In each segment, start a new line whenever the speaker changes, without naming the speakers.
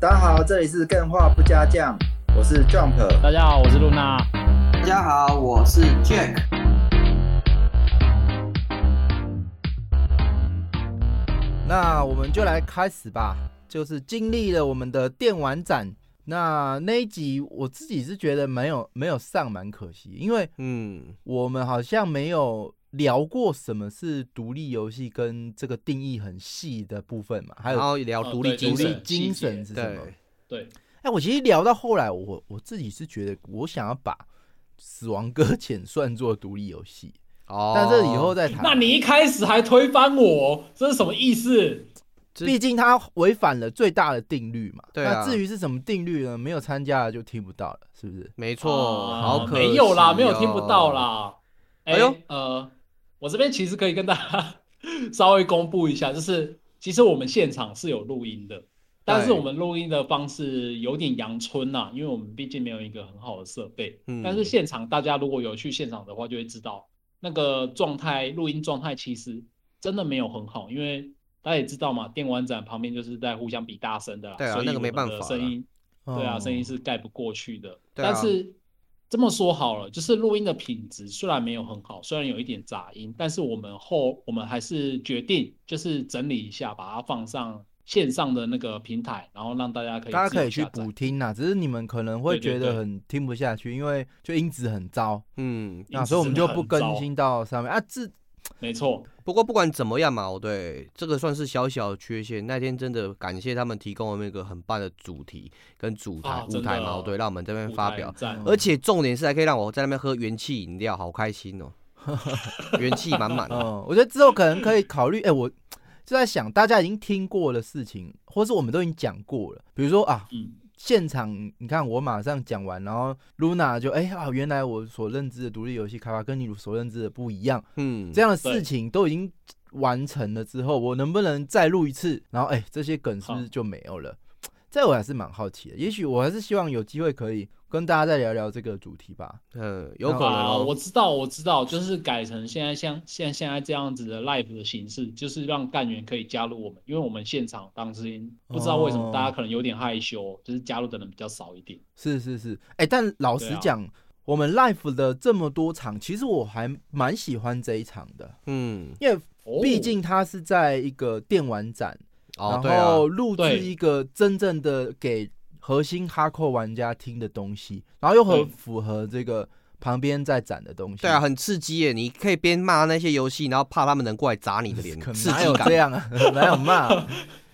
大家好，这里是更画不加酱，我是 Jump。
大家好，我是露娜。
大家好，我是 Jack。
那我们就来开始吧，就是经历了我们的电玩展，那那一集我自己是觉得没有没有上蛮可惜，因为
嗯，
我们好像没有聊过什么是独立游戏跟这个定义很细的部分嘛，还
然
有
后聊
哦
独
对
立精
精
独立
神
神，
精神是什么？
对，
对，
哎、我其实聊到后来，我我自己是觉得我想要把《死亡搁浅》算作独立游戏，
哦，
但这以后再
那
谈。
你一开始还推翻我，这是什么意思？
这
毕竟它违反了最大的定律嘛。
对啊
那至于是什么定律呢？没有参加的就听不到了，是不是？
没错，
啊
好可惜哦
没有啦，没有听不到，啦。哎
哎呦
呃，我这边其实可以跟大家 稍微公布一下，就是其实我们现场是有录音的，但是我们录音的方式有点阳春呐、因为我们毕竟没有一个很好的设备。
嗯
但是现场大家如果有去现场的话，就会知道那个状态，录音状态其实真的没有很好，因为大家也知道嘛，电玩展旁边就是在互相比大声的啦，
对啊
所以
那个
我
没
们
办
的
法
声
啦
音对
嗯
啊，
哦
声音是盖不过去的。
对啊
但是这么说好了，就是录音的品质虽然没有很好，虽然有一点杂音，但是我们后我们还是决定就是整理一下，把它放上线上的那个平台，然后让大家可以
大家
自由
可以去
下载
补听啦，只是你们可能会
对对
觉
对
得很听不下去，因为就音质很糟，
嗯，
那所以我们就不
音质真的
更
很糟。
新到上面啊。这
没错，
不过不管怎么样嘛，哦对这个算是小小的缺陷。那天真的感谢他们提供了那个很棒的主题跟主台、
啊
舞台嘛，
真的
哦对，让我们这边发表
舞台。站
嗯
而且重点是还可以让我在那边喝元气饮料，好开心 哦，元气满满。
哦
嗯，我觉得之后可能可以考虑，哎、我就在想，大家已经听过的事情，或是我们都已经讲过了，比如说啊，
嗯，
现场你看我马上讲完，然后 Luna 就哎、啊，原来我所认知的独立游戏开发跟你所认知的不一样，
嗯，
这样的
对
事情都已经完成了之后，我能不能再录一次？然后哎、这些梗是不是
好
就没有了？这我还是蛮好奇的，也许我还是希望有机会可以跟大家再聊聊这个主题吧。
嗯，有可能
啊，我
哦。
知道，我知道，就是改成现在像现现在这样子的 live 的形式，就是让干员可以加入我们，因为我们现场当时不知道为什么
哦
大家可能有点害羞，就是加入的人比较少一点。
是是是，哎、但老
对
实
啊
讲，我们 live 的这么多场，其实我还蛮喜欢这一场的，
嗯，
因为
哦，
毕竟它是在一个电玩展，
哦，对
然
啊，
后录制
对
一个真正的给核心哈扣玩家听的东西，然后又
对
很符合这个旁边在展的东西。
对啊，很刺激耶！你可以边骂那些游戏，然后怕他们能过来砸你的脸，
可
刺
哪
激
有
感
这。样啊？哪 有骂？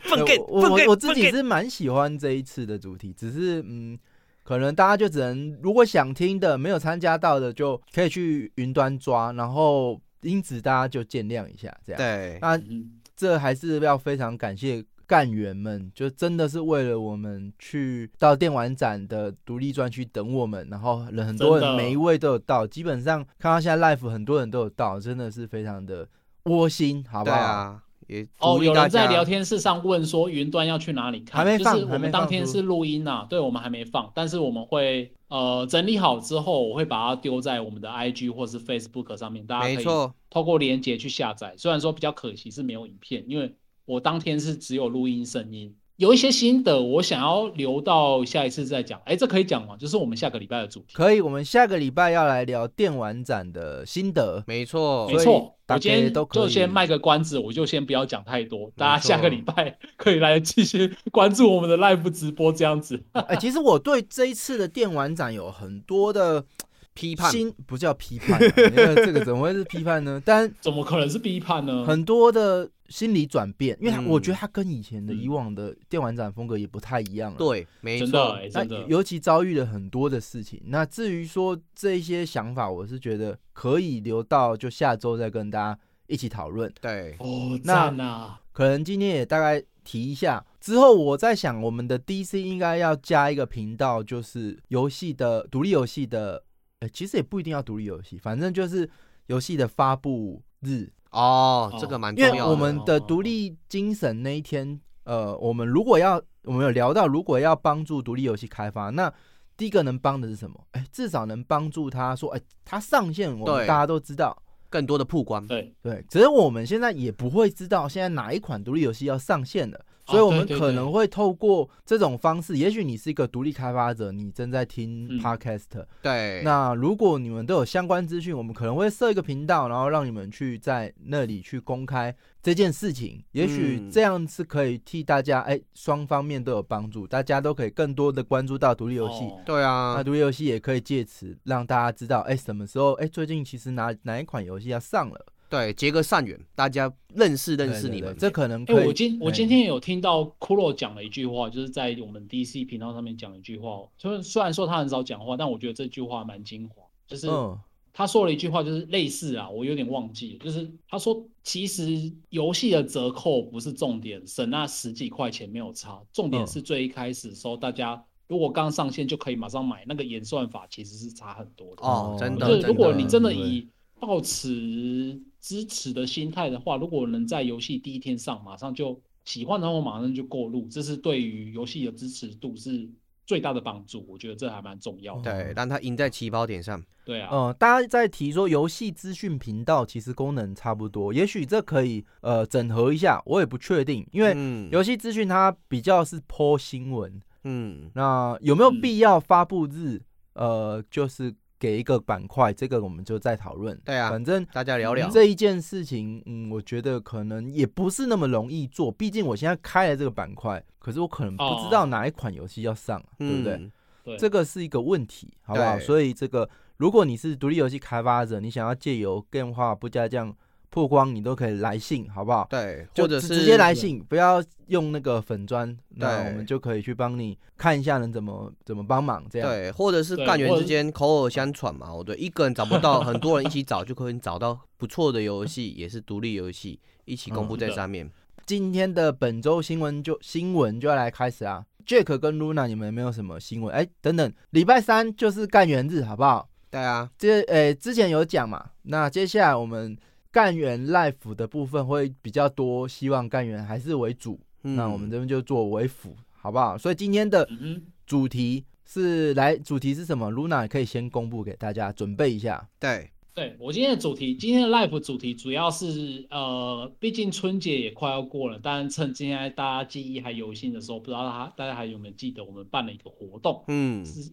粪
对
便
我
粪
我
便
我自
粪
己
便
是蛮喜欢这一次的主题，只是嗯，可能大家就只能如果想听的没有参加到的，就可以去云端抓，然后因此大家就见谅一下这样。
对，
那
嗯
这还是要非常感谢干员们，就真的是为了我们去到电玩展的独立专区等我们，然后人很多
真
人
的
每一位都有到，基本上看到现在 live 很多人都有到，真的是非常的窝心，好不
对
好？
啊，也
哦，
鼓励
有
大
人在
家
聊天室上问说云端要去哪里看，
还没放
就是我
还
们
没
当
放
天
出
是录音啊，对，我们还没放，但是我们会呃整理好之后，我会把它丢在我们的 IG 或是 Facebook 上面，大家
没
可以
错，
透过连接去下载。虽然说比较可惜是没有影片，因为我当天是只有录音声音，有一些心得我想要留到下一次再讲。哎，这可以讲吗？就是我们下个礼拜的主题。
可以，我们下个礼拜要来聊电玩展的心得。
没错，
没
所以
错，
大
我
家
今天
都可以
就先卖个关子，我就先不要讲太多，大家
没错
下个礼拜 可以来继续关注我们的 live 直播这样子。
哎、其实我对这一次的电玩展有很多的
批判
新，不叫批判啊、因为这个怎么会是批判呢？但
怎么可能是批判呢？
很多的心理转变，因为它
嗯
我觉得它跟以前的
嗯
以往的电玩展风格也不太一样了。
对，没
真的
错，
哎，
那
真的。
尤其遭遇了很多的事情。那至于说这一些想法，我是觉得可以留到就下周再跟大家一起讨论。
对，
哦，
那
赞啊！
可能今天也大概提一下。之后我在想，我们的 DC 应该要加一个频道，就是游戏的独立游戏的，呃，其实也不一定要独立游戏，反正就是游戏的发布日，
哦
哦，
这个蛮
因
重
为
要
我
的，
们的独立精神那一天，呃，我们如果要，我们有聊到，如果要帮助独立游戏开发，那第一个能帮的是什么？哎，至少能帮助他说，哎，他上线，我们
对
大家都知道，
更多的曝光，
对，
对，只是我们现在也不会知道现在哪一款独立游戏要上线了，所以我们
对对
可
对
能会透过这种方式，也许你是一个独立开发者，你正在听
嗯
podcast，
对，
那如果你们都有相关资讯，我们可能会设一个频道，然后让你们去在那里去公开这件事情。也许
嗯
这样是可以替大家，哎、双方面都有帮助，大家都可以更多的关注到独立游戏。
哦
对
那
啊，
独立游戏也可以借此让大家知道，哎、什么时候，哎、最近其实哪哪一款游戏要上了，
对，结个善缘，大家认识认识
对对
你
对
们，嗯
这可能
哎、
可以。
我今我
哎
今天有听到骷髅讲了一句话，就是在我们 DC 频道上面讲了一句话，就是虽然说他很少讲话，但我觉得这句话蛮精华，就是
嗯
他说了一句话，就是类似啊，我有点忘记了，就是他说其实游戏的折扣不是重点，省那十几块钱没有差，重点
嗯
是最一开始的时候大家如果刚上线就可以马上买，那个演算法其实是差很多的。
哦，真的，
就是
真
如果你真的
啊对
嗯
以抱持支持的心态的话，如果能在游戏第一天上马上就喜欢的话，马上就购入，这是对于游戏的支持度是最大的帮助。我觉得这还蛮重要的。
哦
对，让他赢在起跑点上，
对啊，
嗯，大家在提说游戏资讯频道其实功能差不多，也许这可以呃整合一下，我也不确定，因为
嗯
游戏资讯它比较是播新闻，
嗯，
那有没有
嗯
必要发布日？呃，就是给一个板块，这个我们就再讨论。
对啊
反正嗯
大家聊聊，
这一件事情，嗯，我觉得可能也不是那么容易做，毕竟我现在开了这个板块，可是我可能不知道
哦
哪一款游戏要上，啊对不对？
嗯？
对，啊
这个是一个问题，好不好？
对
所以这个，如果你是独立游戏开发者，你想要借由电话不加酱曝光，你都可以来信，好不好？
对，
就
或者
直
是
直接来信，不要用那个粉砖，那
对
我们就可以去帮你看一下能怎么怎么帮忙，这样。
对，或者是
对
干员
或者
之间口耳相传嘛，哦，对，一个人找不到，很多人一起找就可以找到不错的游戏，也是独立游戏，一起公布
嗯是
在
的
上面。
今天的本周新闻就新闻就要来开始啊，Jack 跟 Luna，你们有没有什么新闻？哎，等等，礼拜三就是干员日，好不好？
对啊，
这呃之前有讲嘛，那接下来我们干员 life 的部分会比较多，希望干员还是为主，
嗯
那我们这边就做为辅，好不好？所以今天的
嗯哼，
主题是来，主题是什么？Luna 可以先公布给大家准备一下。
对，
对我今天的主题，今天的 live 主题主要是呃，毕竟春节也快要过了，当然趁现在大家记忆还犹新的时候，不知道大家大家还有没有记得我们办了一个活动，
嗯，
是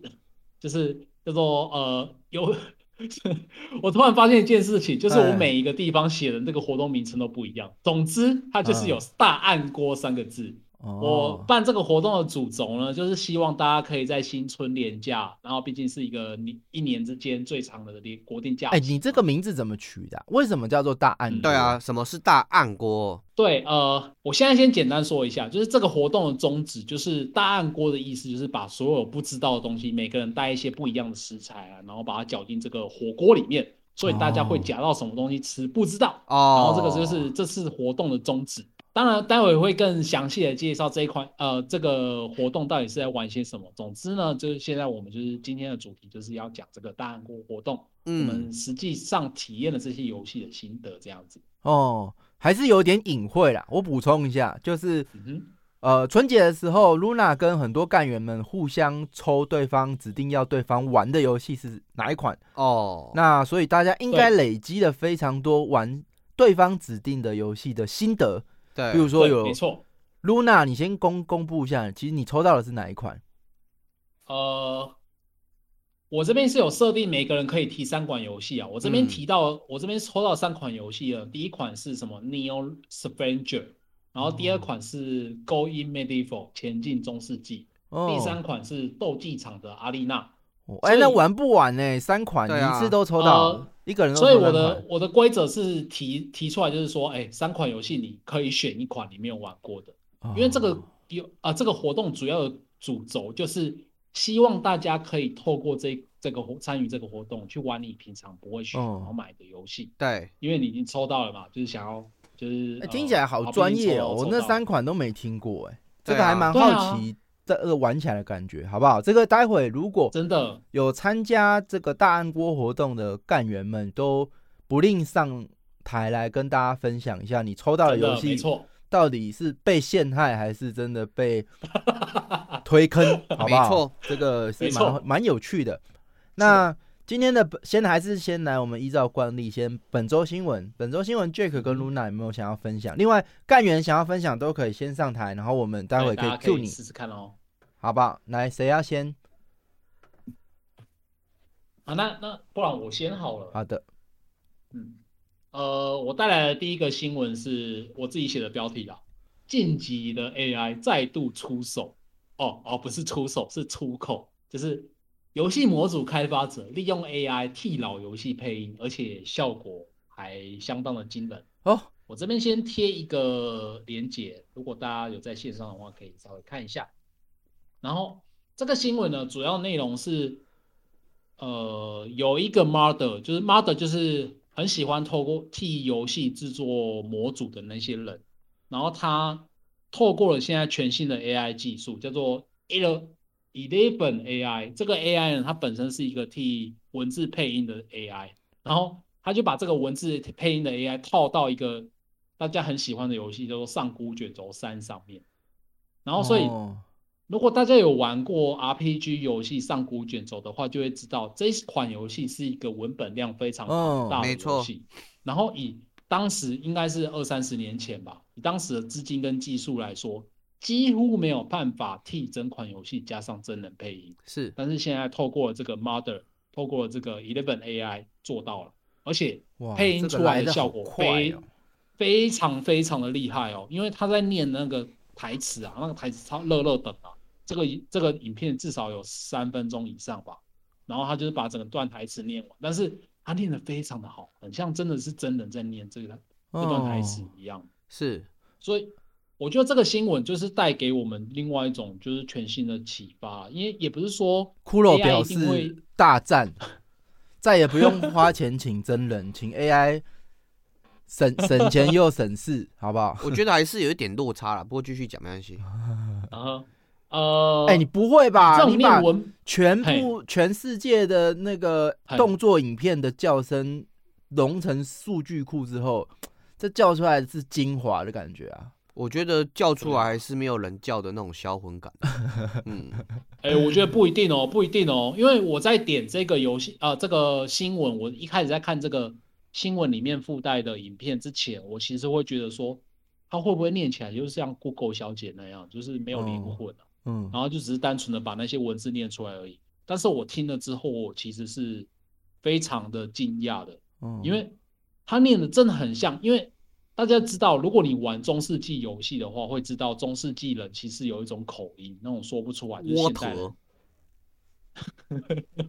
就是叫做呃有， 我突然发现一件事情，就是我
哎
每一个地方写的那个活动名称都不一样。总之，它就是有
嗯
“大暗锅”三个字。我
哦，
办这个活动的主轴呢，就是希望大家可以在新春连假，然后毕竟是一个你一年之间最长的连国定假期。
哎，你这个名字怎么取的啊、为什么叫做大案？
嗯
对啊，，什么是大暗锅？
对，呃，我现在先简单说一下，就是这个活动的宗旨，就是大暗锅的意思，就是把所有不知道的东西，每个人带一些不一样的食材啊，然后把它搅进这个火锅里面，所以大家会
哦
夹到什么东西吃不知道。然
哦
后，这个就是这次活动的宗旨。当然，待会会更详细的介绍这一款呃这个活动到底是在玩些什么。总之呢，就是现在我们就是今天的主题就是要讲这个大暗锅活动，我
嗯
们，实际上体验了这些游戏的心得这样子。
哦，还是有点隐晦啦。我补充一下，就是
嗯哼。
呃，春节的时候，Luna 跟很多干员们互相抽对方指定要对方玩的游戏是哪一款。
哦，
那所以大家应该累积了非常多玩对方指定的游戏的心得。
对，
比如说
对
有
没错，
Luna，你先公公布一下，其实你抽到的是哪一款？
呃，我这边是有设定每个人可以提三款游戏啊。我这边
嗯
提到，我这边抽到三款游戏了。第一款是什么？Neo Stranger，然后
哦
第二款是 Go in Medieval 前进中世纪，
哦，
第三款是斗技场的阿丽娜。
哦，哎、
所以
那玩不完呢、三款，你
对啊
一次都抽到，
呃
一个人都抽
所以
到
我
三
的
款。
我的规则是提提出来，就是说，哎，三款游戏你可以选一款你没有玩过的。因为这个
哦
有啊、这个活动主要的主轴就是希望大家可以透过这这个活参与这个活动去玩你平常不会去想
哦
要买的游戏，
对，
因为你已经抽到了嘛，就是想要就是、
哎
呃
听起来好专业哦，我那三。款都没听过哎、这个
对啊
还蛮
对啊
好奇这个玩起来的感觉，好不好？这个待会如果
毕竟抽到抽到
有参加这个大安锅活动的干员们都不吝上台来跟大家分享一下，你抽到
真的
的
真的
游
没
戏
错，
到底是被陷害还是真的被 推坑，好不
没
好
错？
这个是
没错
蛮蛮有趣的。那今天的本先还是先来，我们依照惯例先本周新闻。本周新闻，Jack 跟 Luna 有没有想要分享？另外，干员想要分享都可以先上台，然后我们待会
对大
以
家
Q 你，
试试看哦。
好不好？来，谁要先？
啊，那那不然我先好了。
好的，
嗯，呃，我带来的第一个新闻是我自己写的标题啦，晋级的 AI 再度出手。哦哦，不是出手，是出口，就是游戏模组开发者利用 AI 替老游戏配音，而且效果还相当的惊人。
哦，
我这边先贴一个链接，如果大家有在线上的话，可以稍微看一下。然后这个新闻呢，主要内容是，呃，有一个 model，就是 model 就是很喜欢透过替游戏制作模组的那些人，然后他透过了现在全新的 AI 技术，叫做 Ele- Eleven AI。这个 AI 呢，它本身是一个替文字配音的 AI，然后他就把这个文字配音的 AI 套到一个大家很喜欢的游戏，叫做《上古卷轴三》上面。然后，所以
哦
如果大家有玩过 RPG 游戏《上古卷轴》的话，就会知道这款游戏是一个文本量非常
嗯
大
哦
的
没
游
错
戏。然后以当时应该是二三十年前吧，以当时的资金跟技术来说，几乎没有办法替整款游戏加上真人配音。
是
但是现在透过这个 Mother，透过这个 Eleven AI 做到了，而且
哇
配音
这个
出来
来得
的效
好
果
快
非、
哦
非常非常的厉害哦，因为他在念那个台词啊，那个台词超乐乐等啊，这个这个影片至少有三分钟以上吧，然后他就是把整个段台词念完，但是他念的非常的好，很像真的是真人在念这个这段台词
哦
一样。
是，
所以我觉得这个新闻就是带给我们另外一种就是全新的启发，因为也不是说
骷髅
AI
表
一定会
示大战，再也不用花钱请真人， 请 AI 省省钱又省事，好 不好？
我觉得还是有一点落差啦。不过继续讲没关 系。
然后啊呃，
哎、你不会吧？
这种
你把
念文
全部全世界的那个
嘿
动作影片的叫声融成数据库之后，这叫出来是精华的感觉啊！
我觉得叫出来还是没有人叫的那种销魂 感。嗯，
哎、我觉得不一定哦，不一定哦，因为我在点这个游戏啊、呃这个新闻，我一开始在看这个新闻里面附带的影片之前，我其实会觉得说，它会不会念起来就是像 Google 小姐那样，就是没有灵
哦
魂啊？
嗯，
然后就只是单纯的把那些文字念出来而已。但是我听了之后，我其实是非常的惊讶的，
嗯
因为他念的真的很像。因为大家知道，如果你玩中世纪游戏的话，会知道中世纪人其实有一种口音， 那种说不出来，就是
窝
现代人
头，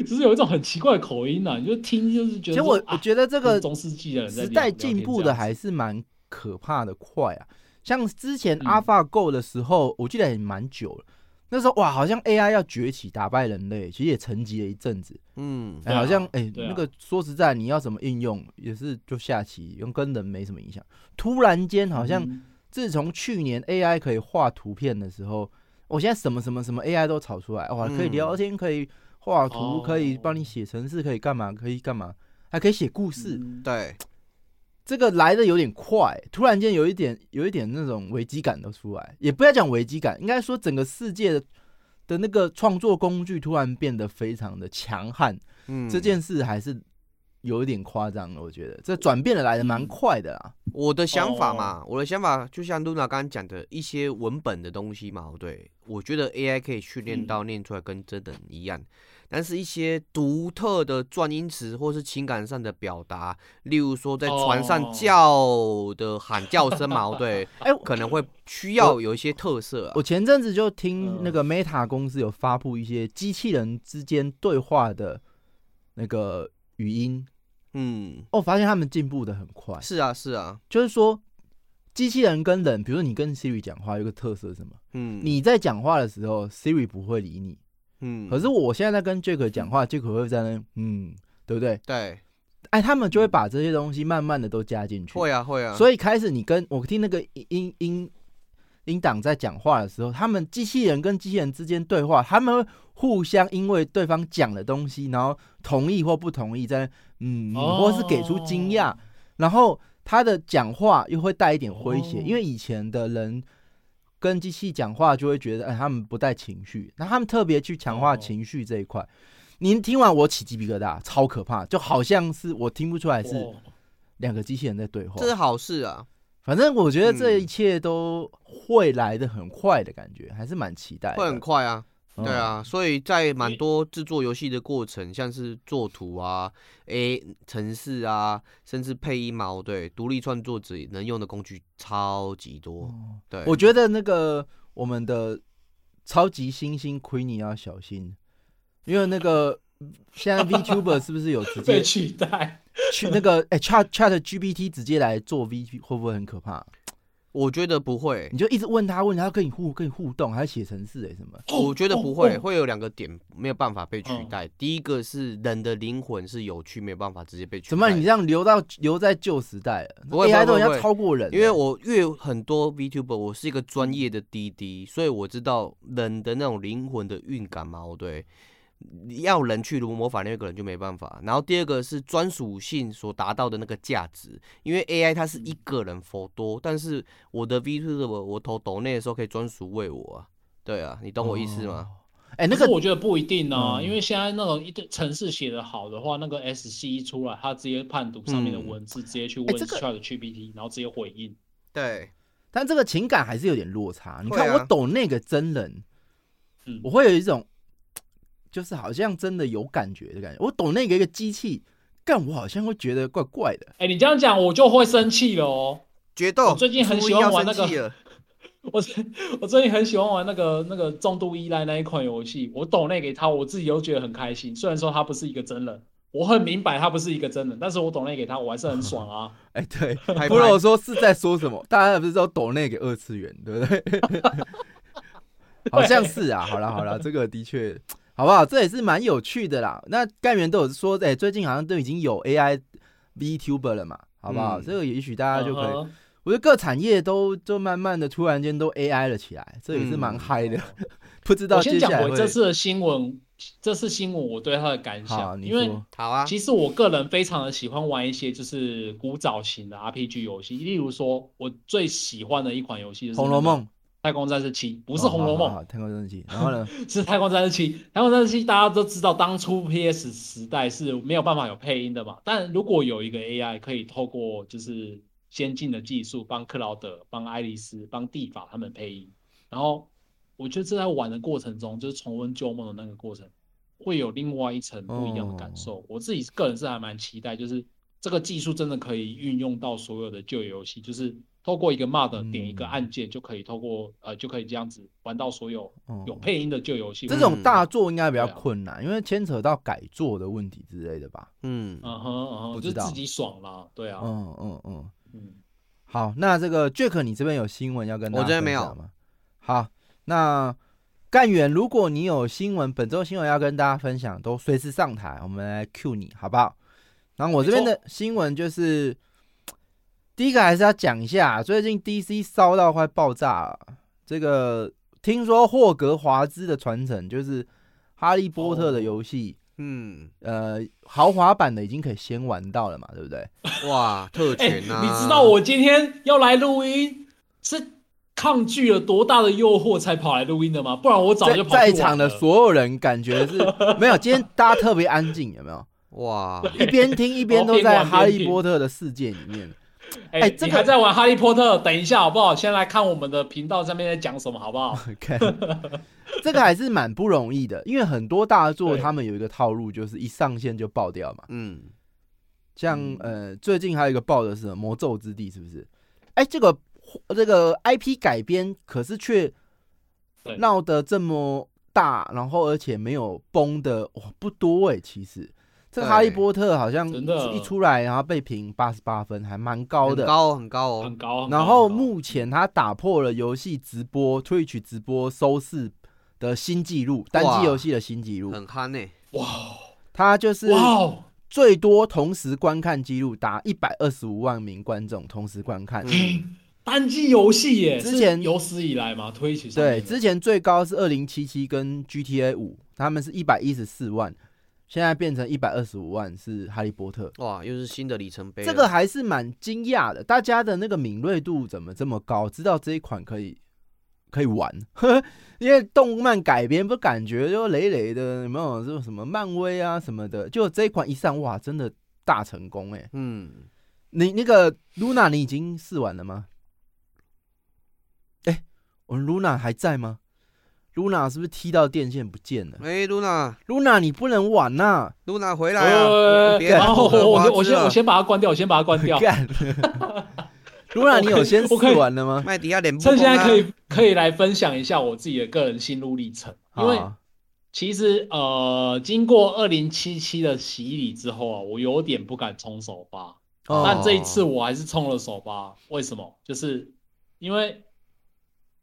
就是有一种很奇怪的口音啊呐、你就听就是觉得
其实
说。
我
啊
我觉得这
这
个
是中世纪的人在
时
聊
代
聊天
进步
这
的
样子
还是蛮可怕的快啊！像之前
嗯
AlphaGo 的时候，我记得也蛮久了。那时候哇，好像 AI 要崛起打败人类，其实也沉寂了一阵子。
嗯，
哎、
对啊
好像哎、
对啊
那个说实在，你要怎么应用也是就下棋，用跟人没什么影响。突然间，好像
嗯
自从去年 AI 可以画图片的时候，我、现在什么什么什么 AI 都炒出来，哇，
嗯
可以聊天，可以画图，
哦
可以帮你写程式，可以干嘛，可以干嘛，还可以写故事。
嗯
对，
这个来的有点快，突然间有一点有一点那种危机感都出来，也不要讲危机感，应该说整个世界的的那个创作工具突然变得非常的强悍，
嗯，
这件事还是有一点夸张的，我觉得这转变的来的蛮快的啦。
我的想法
哦
嘛，我的想法就像露娜刚刚讲的一些文本的东西嘛，对，我觉得 AI 可以训练
嗯
到念出来跟真人一样，但是一些独特的转音词或是情感上的表达，例如说在船上
哦
叫的喊叫声嘛， 对，
哎、我
可能会需要有一些特色啊
我，前阵子就听
嗯
那个 Meta 公司有发布一些机器人之间对话的那个语音，
嗯，
哦，发现他们进步的很快，
是啊，是啊，
就是说机器人跟人，比如说你跟 Siri 讲话，有个特色是什么？
嗯，
你在讲话的时候，Siri 不会理你，
嗯，
可是我现在在跟 Jack 讲话，Jack 会在那嗯，对不对？
对，
哎，他们就会把这些东西慢慢的都加进去。
嗯会啊，会啊，以
所以开始你跟我听那个音音音音档在讲话的时候，他们机器人跟机器人之间对话，他们会互相因为对方讲的东西，然后同意或不同意在那嗯，或是给出惊讶
哦，
然后他的讲话又会带一点诙谐，
哦
因为以前的人。跟机器讲话就会觉得，哎，他们不带情绪，那他们特别去强化
哦
情绪这一块。您听完我起鸡皮疙瘩，超可怕，就好像是我听不出来是
哦
两个机器人在对话
这。是好事啊。
反正我觉得这
嗯
一切都会来的很快的感觉，还是蛮期待的。
会很快啊。
嗯
对 啊，所以在蛮
也
多制作游戏的过程，像是做图啊、A 城市啊，甚至配音嘛，对，独立创作者能用的工具超级多。
哦
对，
我觉得那个我们的超级新星 Queenie 要小心，因为 那个现在 VTuber 是不是有直接
被取代，
去那个哎、Chat Chat GPT 直接来做 V T 会不会很可怕？
我觉得不会
你，就一直问他问他，跟你互跟你互动，还写程式哎、什么？
我觉得不会，
哦哦
会有两个点没有办法被取
嗯
代。第一个是人的灵魂是有趣，没有办法直接被取代。
怎么你这样留到留在旧时代了
不会
？AI
不
都
会
人
不
家
会
超过人了，
因为我越很多 VTuber，我是一个
嗯
专业的滴滴，所以我知道人的那种灵魂的韵感嘛，哦对，要人去模仿那个人就没办法。然后第二个是专属性所达到的那个价值，因为 AI 它是
嗯
一个人佛多，但是我的 VTuber 我投抖内的时候可以专属为我啊，对啊，你懂我意思吗？
哦
哎、那
那个
个
我觉得不一定呢，
嗯
因为现在那种一对程式写的好的话，那个 S C 一出来，它直接判读上面的
嗯
文字，直接去
哎
问
这个
Chat GPT，然后直接回应。
对，
但这个情感还是有点落差。你
会
看
啊
我懂那个真人，
嗯
我，会有一种就是好像真的有感觉的感觉。我懂那个一个机器，干我好像会觉得怪怪的。
哎，你这样讲我就会生气了哦。
决斗，
我最近很
初一
喜欢
要
玩
生
那个
气了
我最我最近很喜欢玩那个那个重度依赖那一款游戏，我抖那给他，我自己都觉得很开心。虽然说他不是一个真人，我很明白他不是一个真人，但是我抖那给他，我还是很爽啊。
哎、对，
拍
不如
拍
说是在说 什么？大家不是都抖那个二次元，对不对？好像是啊。好了好了，这个的确，好不好？这也是蛮有趣的啦。那干员都有说，哎、最近好像都已经有 AI VTuber 了嘛，好不好？
嗯
这个也许 大家就可以
嗯哼
我觉得各产业都就慢慢的突然间都 AI 了起来，这也是蛮
嗯
嗨的。 不知道
哦我先
接下
讲
来
回
会
这次的新闻，这次新闻我对他的感
好，
想，
你
因为
说
好啊，
其实我个人非常的喜欢玩一些就是古早型的 RPG 游戏，例如说我最喜欢的一款游戏就
《
是《
红楼梦》哦
太空战士七》，不
不
是《红楼梦》，
太空战 记。然后呢，
是《太空战士七》。《太空战士七》大家都知道，当初 PS 时代是没有办法有配音的嘛。但如果有一个 AI 可以透过就是先进的技术，帮克劳德、帮爱丽丝、帮蒂法他们配音，然后我觉得这在玩的过程中，就是重温旧梦的那个过程，会有另外一层不一样的感受。
哦
我自己个人是还蛮期待，就是这个技术真的可以运用到所有的旧游戏，就是透过一个 mod 点一个
嗯
按键就可以透过呃就可以这样子玩到所有
哦
有配音的旧游戏。
这
我
种
嗯
大作应该比较
对啊
困难，因为牵扯到改作的问题之类的吧。
嗯，
嗯哼嗯
不
哼，就
知
是
道
自己爽啦，对啊，
嗯嗯嗯。
嗯，
好，那这个 Jack，你这边有新闻要跟大
我
家
这边没有
分享吗？好，那干员，如果你有新闻，本周新闻要跟大家分享，都随时上台，我们来 Q 你，好不好？然后我这边的新闻就是，第一个还是要讲一下，最近 DC 烧到快爆炸了。这个听说霍格华兹的传承就是《哈利波特》的
哦
游戏，
嗯，
呃，豪华版的已经可以先玩到了嘛，对不对？
哇，特
哎，
权啊！
你知道我今天要来录音是抗拒了多大的诱惑才跑来录音的吗？不然我早
在
就跑去
在
玩
场的
了
所有人感 觉是没有，今天大家特别安静，有没有？
哇，
一边听一边
哦
都
边
在
玩
哈
边
利
听
波特的世界里面。
哎、
哎这
你
个
还在玩《哈利波特》？等一下好不好？先来看我们的频道上面在讲什么，好不好？
看，这个还是蛮不容易的，因为很多大作
对
他们有一个套路，就是一上线就爆掉嘛。
嗯。
像
嗯
呃，最近还有一个爆的是什么《魔咒之地》，是不是？哎，这个这个 IP 改编，可是却
对
闹得这么大，然后而且没有崩的，哇，不多哎、其实。这个《
对
哈利波特》好像
真的
一出来，然后被评八十八分，还蛮高的
很。高很高
很
哦。
高。很高
然后
很高嗯
目前他打破了游戏直播 Twitch 直播收视的新纪录，单机游戏的新纪录。
很憨呢、
哇
他就是
哇哦，
最多同时观看记录达一百二十五万名观众同时观看。
嗯，
单机游戏耶，
之前
是有史以来嘛，推起上面
对，
的
之前最高是二零七七跟 GTA 五，他们是一百一十四万，现在变成一百二十五万，是哈利波特。
哇，又是新的里程碑了。
这个还是蛮惊讶的，大家的那个敏锐度怎么这么高？知道这一款可以可以玩， 因为动漫改编不感觉就累累的，有没有？就什么漫威啊什么的，就这一款一上哇，真的大成功哎、
嗯，
你那个 Luna 你已经试完了吗？哎、我们 Luna 还在吗？Luna 是不是踢到电线不见了
哎、露娜，
？Luna 你不能玩呐、
露娜回来啊！
呃，
别
然后我我我
先
先我先把它关掉，我先把它关掉。
干！Luna 你有先试
我可以
完了吗？
麦迪亚脸不
趁
红
现在
啊！
可以可以来分享一下我自己的个人心路历程，因为
啊
其实呃，经过二零七七的洗礼之后啊，我有点不敢冲首发，
哦
但这一次我还是冲了首发。为什么？就是因为《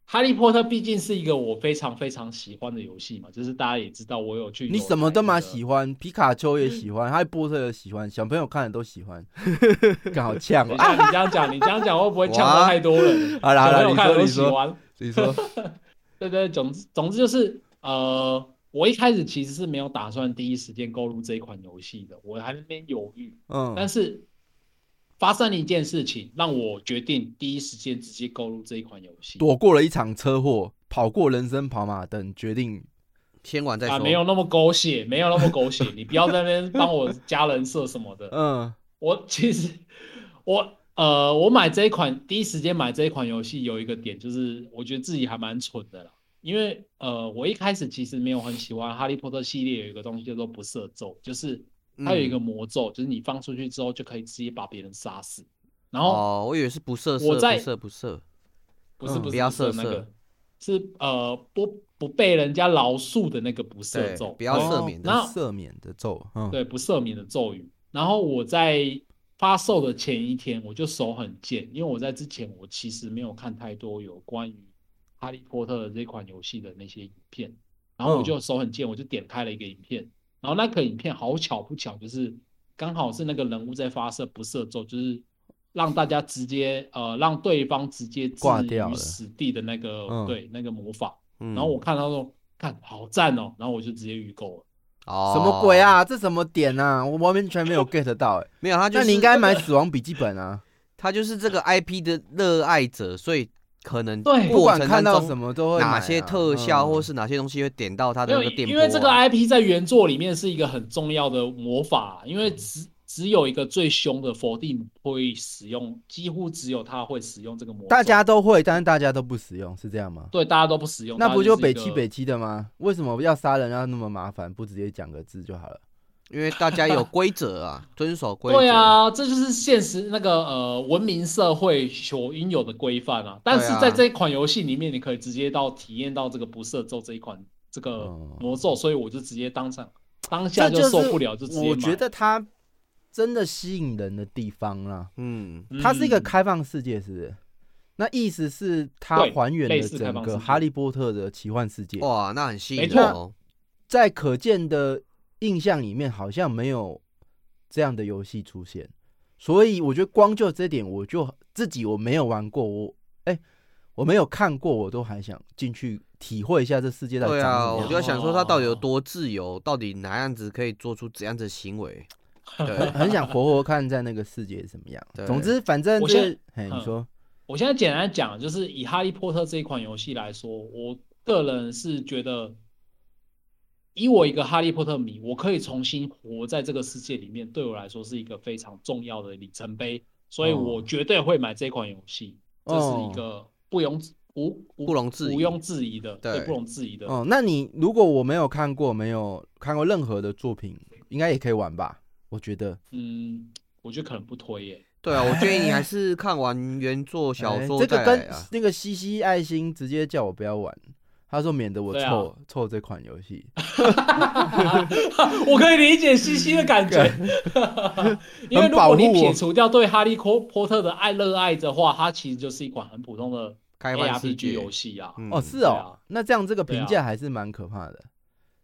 哈利波特》毕竟是一个我非常非常喜欢的游戏嘛，就是大家也知道我有去
你
有
什么
买
都
那个
蛮喜欢，皮卡丘也喜欢，哈利波特也喜欢，小朋友看的都喜欢，刚好呛
等一
哦啊！
下，你这样讲，你这样讲会不会呛到
哇
太多人？
好啦好啦
小朋友
你
看了
说
都
你
喜
说
欢。
你说
对对，总之总之就是呃，我一开始其实是没有打算第一时间购入这一款游戏的，我还在那边犹豫。但
嗯，
是发生了一件事情，让我决定第一时间直接购入这一款游戏。
躲过了一场车祸，跑过人生跑马灯，决定
先玩再说。
啊，没有那么狗血，没有那么狗血，你不要在那边帮我加人设什么的。
嗯
我 其实我呃，我买这一款第一时间买这一款游戏有一个点，就是我觉得自己还蛮蠢的啦。因为呃，我一开始其实没有很喜欢哈利波特系列，有一个东西叫做不射咒，就是
嗯
它有一个魔咒，就是你放出去之后就可以直接把别人杀死。然后
哦，我以为是不射射，
我
不
在
射不射。
不是不
嗯
不
是
要
不射
射
那
射
个，是呃不不被人家饶恕的那个不射
对
咒，哦
不要
对
赦免的
然后
赦免的咒，嗯，
对，不赦免的咒语。然后我在发售的前一天，我就手很贱，因为我在之前我其实没有看太多有关于《哈利波特》的这款游戏的那些影片，然后我
嗯
就手很贱，我就点开了一个影片，然后那个影片好巧不巧，就是刚好是那个人物在发射不射咒，就是让大家直接呃让对方直接置
挂掉
于
了
死地的那个、
嗯
对那个魔法，
嗯，
然后我看到说看好赞哦，然后我就直接预购了。
哦
什么鬼？啊？这什么点啊？我完全没 有 get 到哎，
没有，他就
那
是
你应该买死亡笔记本啊，
他就是这个 IP 的热爱者，所以可能
对
不
过
管
程
看
当
到
中
什么都会买啊
哪些特效
嗯
或是哪些东西会点到他
没
的
有，
那个电
因
波啊，
为这个 IP 在原作里面是一个很重要的魔法，啊因为只只有一个最凶的佛地魔会使用，几乎只有他会使用这个魔咒。
大家都会，但是大家都不使用，是这样吗？
对大家都不使用，
那不
就
就是
一
北
个
七北七的吗？为什么要杀人要那么麻烦？不直接讲个字就好了。
因为大家有规则 啊，遵守规则。
对，啊，这就是现实那个呃文明社会所应有的规范啊。但是
对啊
在这款游戏里面，你可以直接到体验到这个不射咒这一款这个
哦
魔咒，所以我就直接当场当下
这
就是受不了，就直接
我
买
觉得它真的吸引人的地方啦。
嗯，
它是一个
嗯
开放世界，是不是？那意思是它
对
还原
类
了
似开
整
放
个
世
《
界
哈利波特》的奇幻世界，
哇，那很吸引
没
人哦。
在可见的印象里面好像没有这样的游戏出现，所以我觉得光就这点，我就自己我没有玩过，我哎、我没有看过，我都还想进去体会一下这世界到底
对
长
啊，
什么
我
样
就。在想说他到底
啊
有多自由，到底哪样子可以做出怎样的行为？
很
对，
很想活活看在那个世界怎么样。
对
总之，反正
我
这
先
嘿，你
嗯
说
我现在简单讲，就是以《哈利波特》这一款游戏来说，我个人是觉得，以我一个哈利波特迷，我可以重新活在这个世界里面，对我来说是一个非常重要的里程碑，所以
哦
我绝对会买这款游戏，这是一
哦
个不容无无
不容置疑
毋庸置疑的，对，
对
不容置疑的。
哦，那你如果我没有看过，没有看过任何的作品，应该也可以玩吧？我觉得
嗯，我觉得可能不推耶。
对啊，我建议你还是看完原作小
哎
说
这
再
个
来
跟
啊。
那个西西爱心直接叫我不要玩，他说免得我
对啊
凑凑这款游戏。
嗯
我可以理解西西的感觉，因为如果你撇除掉对哈利波波特的爱热爱的话，它其实就是一款很普通的
开放世
ARPG
界
游戏啊。
嗯
哦，是
对
哦
啊，
那这样这个
对
评
啊
价还是蛮可怕的。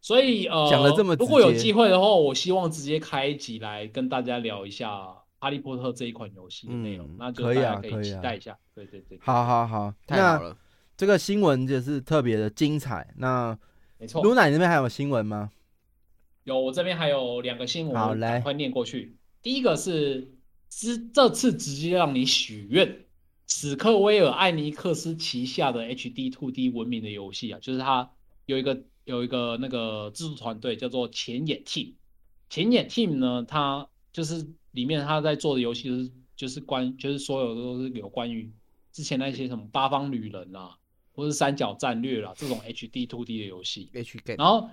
所以呃，
讲得这么直接
如果有机会的话，我希望直接开一集来跟大家聊一下《哈利波特》这一款游戏的内容，
嗯
那就
可
大
以啊
家可
可以
期
啊
待一下。对对对，
好好好，
太好
那
了。
这个新闻就是特别的精彩。那
没错。
露娜，你那边还有新闻吗？
有，我这边还有两个新闻，
好
我
来
赶快念过去。第一个是之这次直接让你许愿，史克威尔艾尼克斯旗下的 HD 2D 文明的游戏啊，就是它有一个有一个那个制作团队叫做前野 Team，前野 Team 呢，它就是里面他在做的游戏就是就是关就是所有都是有关于之前那些什么八方旅人啊，或是三角战略啦、这种 HD 2D 的游戏，
H game
然后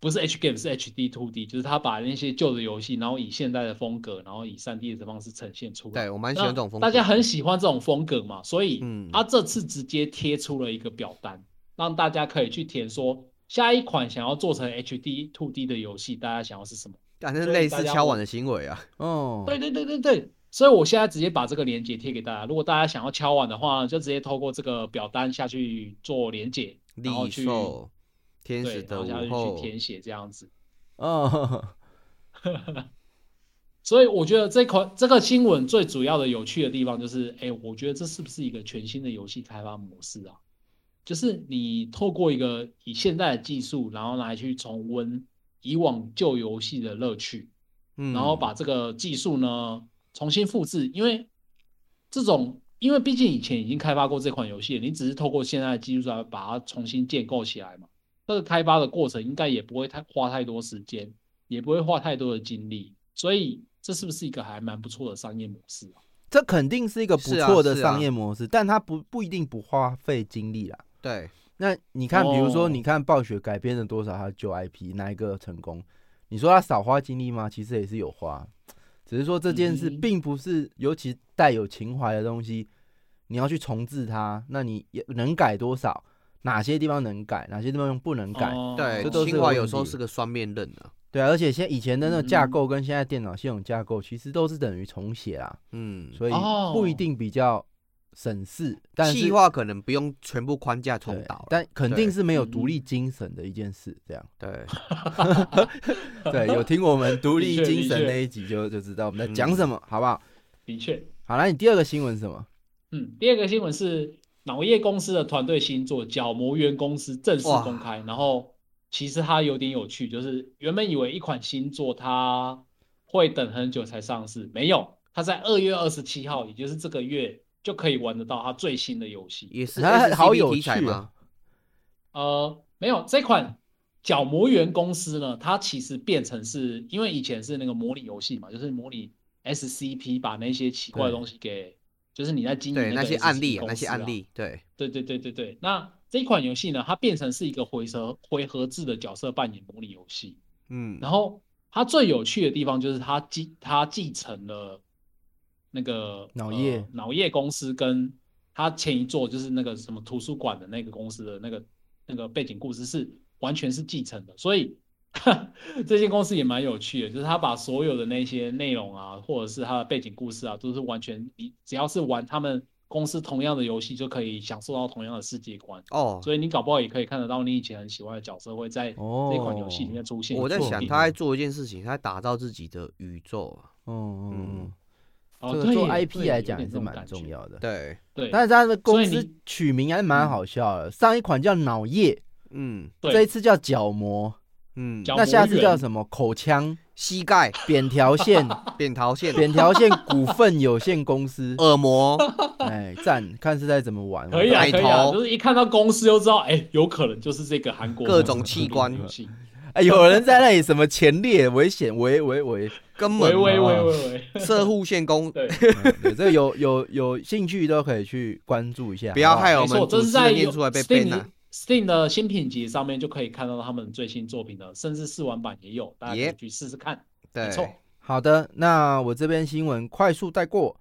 不是 H game 是 HD 2D，就是他把那些旧的游戏，然后以现代的风格，然后以 3D 的方式呈现出来。
对我蛮喜欢这种风格，
大家很喜欢这种风格嘛，所以
嗯
他这次直接贴出了一个表单，让大家可以去填说下一款想要做成 HD 2D 的游戏，大家想要是什么？
但是
所以
类
大
似
家
敲
会
碗的行为啊，
哦，
对对对对对，所以我现在直接把这个链接贴给大家，如果大家想要敲碗的话，就直接透过这个表单下去做连接，然后
利
去
兽天使
对，
的
然后下
午
去
后
去，填写这样子。
哦，
所以我觉得这款这个新闻最主要的有趣的地方就是，哎，我觉得这是不是一个全新的游戏开发模式啊？就是你透过一个以现在的技术，然后来去重温以往旧游戏的乐趣，
嗯
然后把这个技术呢重新复制，因为这种，因为毕竟以前已经开发过这款游戏了，你只是透过现在的技术来把它重新建构起来嘛。这个开发的过程应该也不会太花太多时间，也不会花太多的精力，所以这是不是一个还蛮不错的商业模式啊？
这肯定是一个不
是啊
错的
是啊
商业模式，但它不不一定不花费精力啦。
对
那你看，比如说，
哦
你看暴雪改编了多少他旧 IP，哪一个成功？你说他少花精力吗？其实也是有花，只是说这件事
嗯
并不是，尤其带有情怀的东西，你要去重置它，那你也能改多少？哪些地方能改？哪些地方不能改？
哦
这
对，
都是
清
个
华
问
有时候
题
是个双面刃啊，
对啊，而且现在以前的那个架
嗯
构跟现在电脑系统架构其实都是等于重写啦，
嗯，
所以
哦
不一定比较省事，但
计
是
划可能不用全部框架重
对
导，
但肯定
对
是没有
嗯
独立精神的一件事，这样。
对，
对，有听我们独立
的确
精神
的确
那一集就就知道我们在讲什么，好不好？
的确，
好，那你第二个新闻是什么？
嗯，第二个新闻是脑业公司的团队新作《角膜原公司》正式公开，然后其实它有点有趣，就是原本以为一款新作它会等很久才上市，没有，它在二月二十七号，也就是这个月就可以玩得到它最新的游戏。
也是
啊
SCP
好有
题材
趣啊
吗？
呃，没有，这款角膜原公司呢，它其实变成是因为以前是那个模拟游戏嘛，就是模拟 SCP 把那些奇怪的
对
东西给，就是你在经营
对，
嗯那
那
个
些案例啊，
SCP
那
公
些
司
案
啊
例，对，
对对对对对，那这一款游戏呢，它变成是一个回合回合制的角色扮演模拟游戏。
嗯，
然后它最有趣的地方就是它继它继承了那个
脑
呃
业
脑业公司跟它前一座就是那个什么图书馆的那个公司的那个那个背景故事是完全是继承的，所以 这些公司也蛮有趣的，就是他把所有的那些内容啊，或者是它的背景故事啊，都是完全你只要是玩他们公司同样的游戏就可以享受到同样的世界观。
哦，
所以你搞不好也可以看得到你以前很喜欢的角色会在这款游戏里面出现。
哦我在
错
想
的
他在做一件事情，他在打造自己的宇宙啊，
嗯嗯
嗯
嗯，
哦
这
对
个做
耶
IP
对
来
有
讲
点这
也是
种
蛮
感
重
觉。
要的。
对，
对，
但是它的公
所以
司
你
取名还蛮好笑的，上一款叫脑液，
嗯
对
这一次叫角膜，
嗯，
角
那下次
膜
叫
源
什么？口腔
膝 盖、
扁条线
扁桃腺、
扁条线股份有限 公司，
耳 膜，
哎，赞！看是在怎么玩。
哦可以啊，
奶
可以啊，
头
就是一看到公司就知道，哎，有可能就是这个韩国
各
公司
种
出
器
品的
官
游戏
哎，有人在那里什么前列危险，喂喂 喂，
根
喂
本
喂
啊
喂
哦
喂喂，
射护腺功，
对，
嗯对这个有有有兴趣都可以去关注一下。
不要
好好
害我
没错，
们主
这是
持人
在
念
有
出来被 ban
Steam
了。
Steam 的新品集上面就可以看到他们最新作品了，甚至试玩版也有，大家可以
Yep
去试试看。
对
没，错，
好的，那我这边新闻快速带过。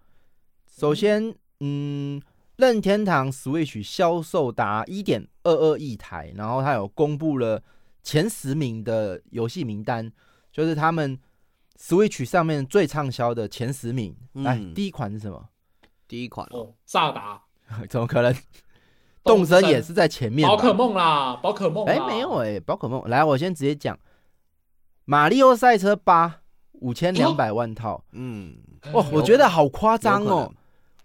首先，嗯，任天堂 Switch 销售达一点二二亿台，然后它有公布了前十名的游戏名单，就是他们 Switch 上面最畅销的前十名。来，
嗯
第一款是什么？
第一款哦
哦，萨达、
怎么可能？
动
动森
森
也是在前面吧。
宝可梦啦，宝可梦
哎、
啦
没有
啊
哎、宝可梦。来，我先直接讲，《马里奥赛车八》五千两百万套，
嗯，
哇、我觉得好夸
有
张
可
哦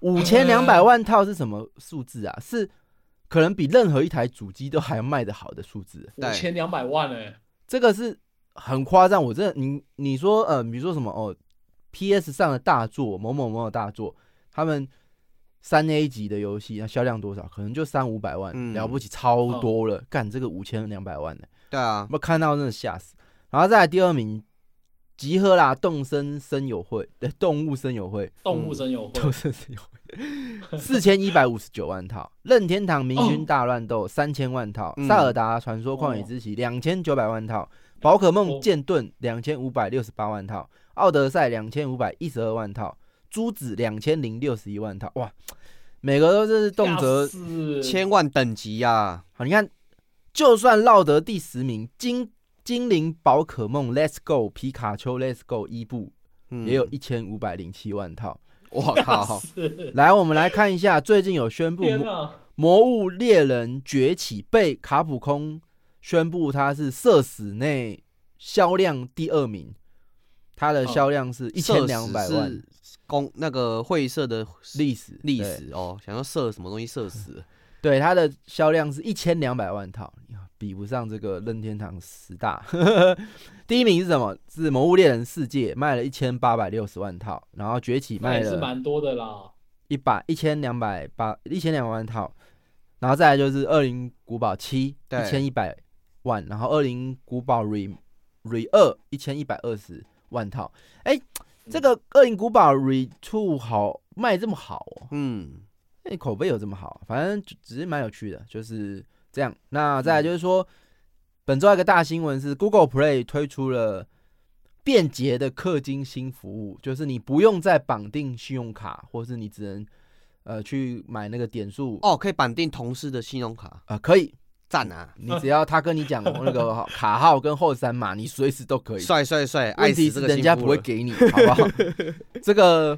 能，，
五千两百万套是什么数字啊？是可能比任何一台主机都还要卖的好的数字，
五千两百万哎，
这个是很夸张。我真的，你你说呃，比如说什么哦，PS 上的大作，某某某的大作，他们三 A 级的游戏，那销量多少？可能就三五百万，
嗯
了不起，超多了。干这个五千两百万的、
对啊，
我看到真的吓死。然后再来第二名，集合啦，动森森友会，对，动物森友会，
动物真 有会
动，森森友会，四千一百五十九万套，任天堂明星大乱斗三千万套，
嗯
萨尔达传说旷野之息两千九百万套，宝可梦
哦
剑盾两千五百六十八万套，奥德赛两千五百一十二万套，珠子两千零六十一万套，哇，每个都是动辄
吓，死
千万等级啊，
好你看，就算落得第十名，精精灵宝可梦 Let's Go 皮卡丘 Let's Go 伊布
嗯
也有一千五百零七万套。
我
吓
靠，
死！
来，我们来看一下，最近有宣布
天
魔
啊！
魔物猎人崛起被卡普空宣布它是社死内销量第二名，它的销量是一千两百
哦社
万
死是公那个会社的
历史
历
对
史哦，想要射什么东西射死，
对它的销量是一千两百万套，你看比不上这个任天堂十大。 第一名是什么？是《魔物猎人世界》，卖了一千八百六十万套，然后崛起
那
卖
也是
了
蛮多的啦。
一百一千两百八一千两百万套，然后再来就是《恶灵古堡七》
对
一千一百万，然后《恶灵古堡 Re Re 二》一千一百二十万套。哎、这个《恶灵古堡 Re Two》好卖这么好哦，
嗯，
那、口碑有这么好，反正就只是蛮有趣的，就是这样。那
嗯
再来就是说，本周还有一个大新闻是 Google Play 推出了。便捷的氪金新服务，就是你不用再绑定信用卡，或是你只能呃去买那个点数啊、
哦，可以绑定同事的信用卡，
可以，
赞啊，
你只要他跟你讲那个号 卡号跟后三码，你随时都可以。
帅帅帅，爱
问
死
题
这
是
个
人家
幸
不
福
会
了
给你，好不好？ 这个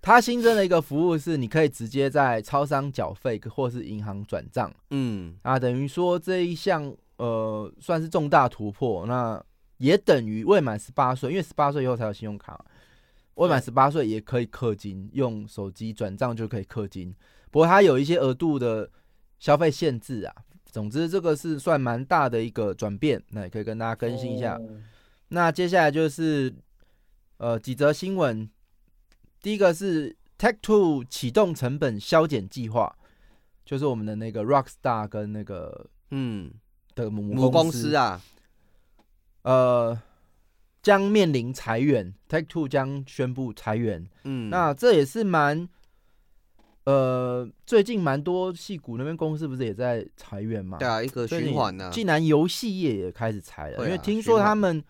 他新增了一个服务是，你可以直接在超商缴费或是银行转账
嗯，
啊，等于说这一项呃算是重大突破，那也等于未满十八岁，因为十八岁以后才有信用卡嘛，未满十八岁也可以氪金，用手机转账就可以氪金。不过它有一些额度的消费限制啊。总之，这个是算蛮大的一个转变，那也可以跟大家更新一下。
哦
那接下来就是呃几则新闻，第一个是 Tech Two 启动成本削减计划，就是我们的那个 Rockstar 跟那个
嗯，
的母
母公
公
司
啊，
啊，
呃，将面临裁员，Tech Two 将宣布裁员。
嗯，
那这也是蛮呃最近蛮多戏股那边公司不是也在裁员嘛？
对啊，一个
所以
循
你
环呢，
既然游戏业也开始裁了，
对啊
因为听
循
说
环
他们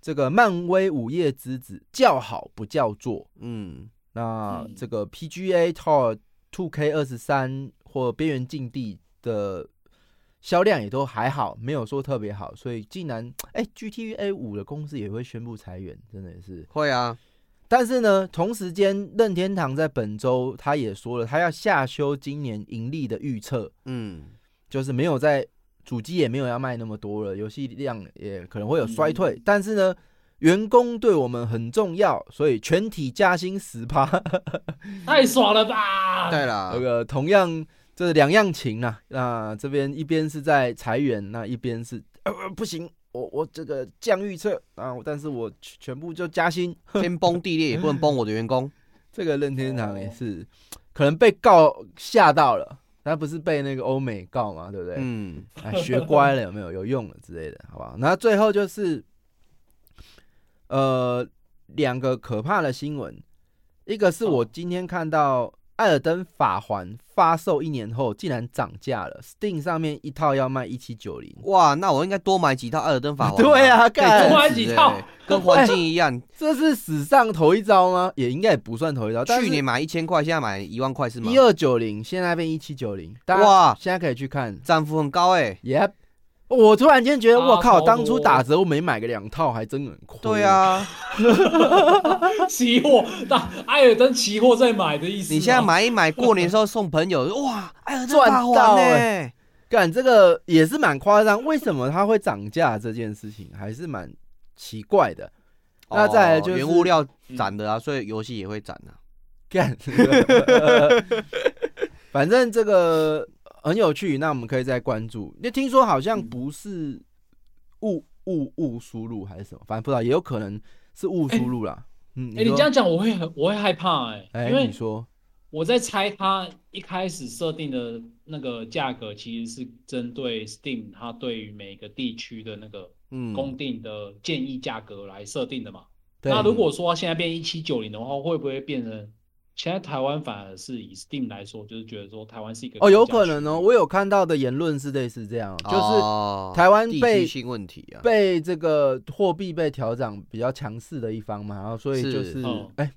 这个漫威午夜之子叫好不叫座，
嗯，
那
嗯
这个 PGA Tour 2K 二十三或边缘境地的销量也都还好，没有说特别好，所以竟然哎、GTA 五的公司也会宣布裁员，真的也是。
会啊，
但是呢，同时间任天堂在本周他也说了，他要下修今年盈利的预测，
嗯，
就是没有在主机也没有要卖那么多了，游戏量也可能会有衰退。但是呢，员工对我们很重要，所以全体加薪十趴。
太爽了吧！
对啦
那，个同样这两样情啊，那这边一边是在裁员，那一边是呃呃不行，我我这个降预测啊，但是我全全部就加薪。
天崩地裂也不能崩我的员工，
这个任天堂也是可能被告吓到了，他不是被那个欧美告嘛，对不对？
嗯，
哎，学乖了有没有？有用了之类的，好不好？那最后就是，呃，两个可怕的新闻，一个是
哦
我今天看到《艾尔登法环》发售一年后竟然涨价了，Steam 上面一套要卖一七九零，
哇，那我应该多买几套艾尔登法环，
对啊
可以
干
种
多买
植
几
欸
套，
跟环境一 样，
这是史上头一招吗？也应该也不算头一招，
去年买一千块，现在买一万块是吗
一？二九零，现在变一七九零，大家
哇
现在可以去看
涨幅很高哎，
，Yep。我突然间觉得，
啊
我
超
靠！
多
当初打折我没买个两套，还真很亏。
对，啊，
期货，那艾尔登期货在买的意思吗。啊
你现在买一买，过年时候送朋友，哇，艾尔登
赚
法环欸
到欸
呢？
干这个也是蛮夸张，为什么它会涨价这件事情还是蛮奇怪的。那再来就是
哦原物料涨的啊，所以游戏也会涨啊。
干， 反正这个很有趣，那我们可以再关注。因为听说好
嗯
像不是误误误输入还是什么，反正不知道，也有可能是误输入啦。嗯，
哎，你
说
这样讲我会很我会害怕哎，
哎、
因为
你说
我在猜它一开始设定的那个价格其实是针对 Steam 它对于每个地区的那个
嗯，
公定的建议价格来设定的嘛。
对，
那如果说现在变一七九零的话，会不会变成现在台湾反而是以 Steam 来说，就是觉得说台湾是一个
哦，有
高价
可能哦，
区
我有看到的言论是类似这样，就是
哦
台湾
地
被
区性问题啊，
被这个货币被调涨比较强势的一方嘛，然后所以就是是
嗯
哎，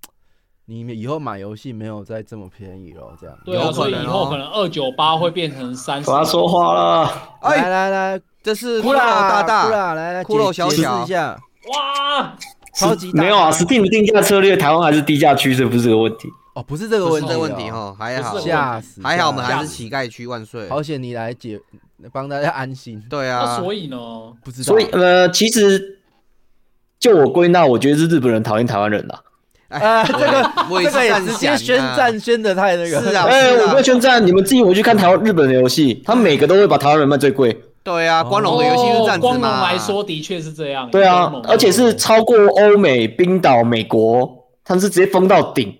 你们以后买游戏没有再这么便宜咯，这样。
对啊，
有
所
可
以
能
以
哦
后可能二九八会变成三十。
我要说话了，
来来来，
这是骷
骷髅
髅大
骷
大，
髅来来，
骷髅
解
小
解释
小
一下，
哇，
超级大
没有啊
大
，Steam 定价策略，台湾还是低价区，这不是个问题。
哦，不是这个
不
问
是
题，
这问题，哈，还好
不，是
吓死，
还好我们
吓
还是
死
乞丐区万岁。
好险你来解，帮大家安心。
对
那
啊，
所以呢？
不知道
所以，呃，其实就我归纳，我觉得是日本人讨厌台湾人啦。
啊，这个
哎我
这个也
这啊
直接宣战，宣的太那个，
是啊
哎、我不会宣战，你们自己回去看台湾日本的游戏，他每个都会把台湾人卖最贵。
对啊，光荣的游戏是这样子
哦，
嘛
光荣来，说的确是这样。
对
光
啊
荣，
而且是超过欧美、冰岛、美国，他们是直接封到顶。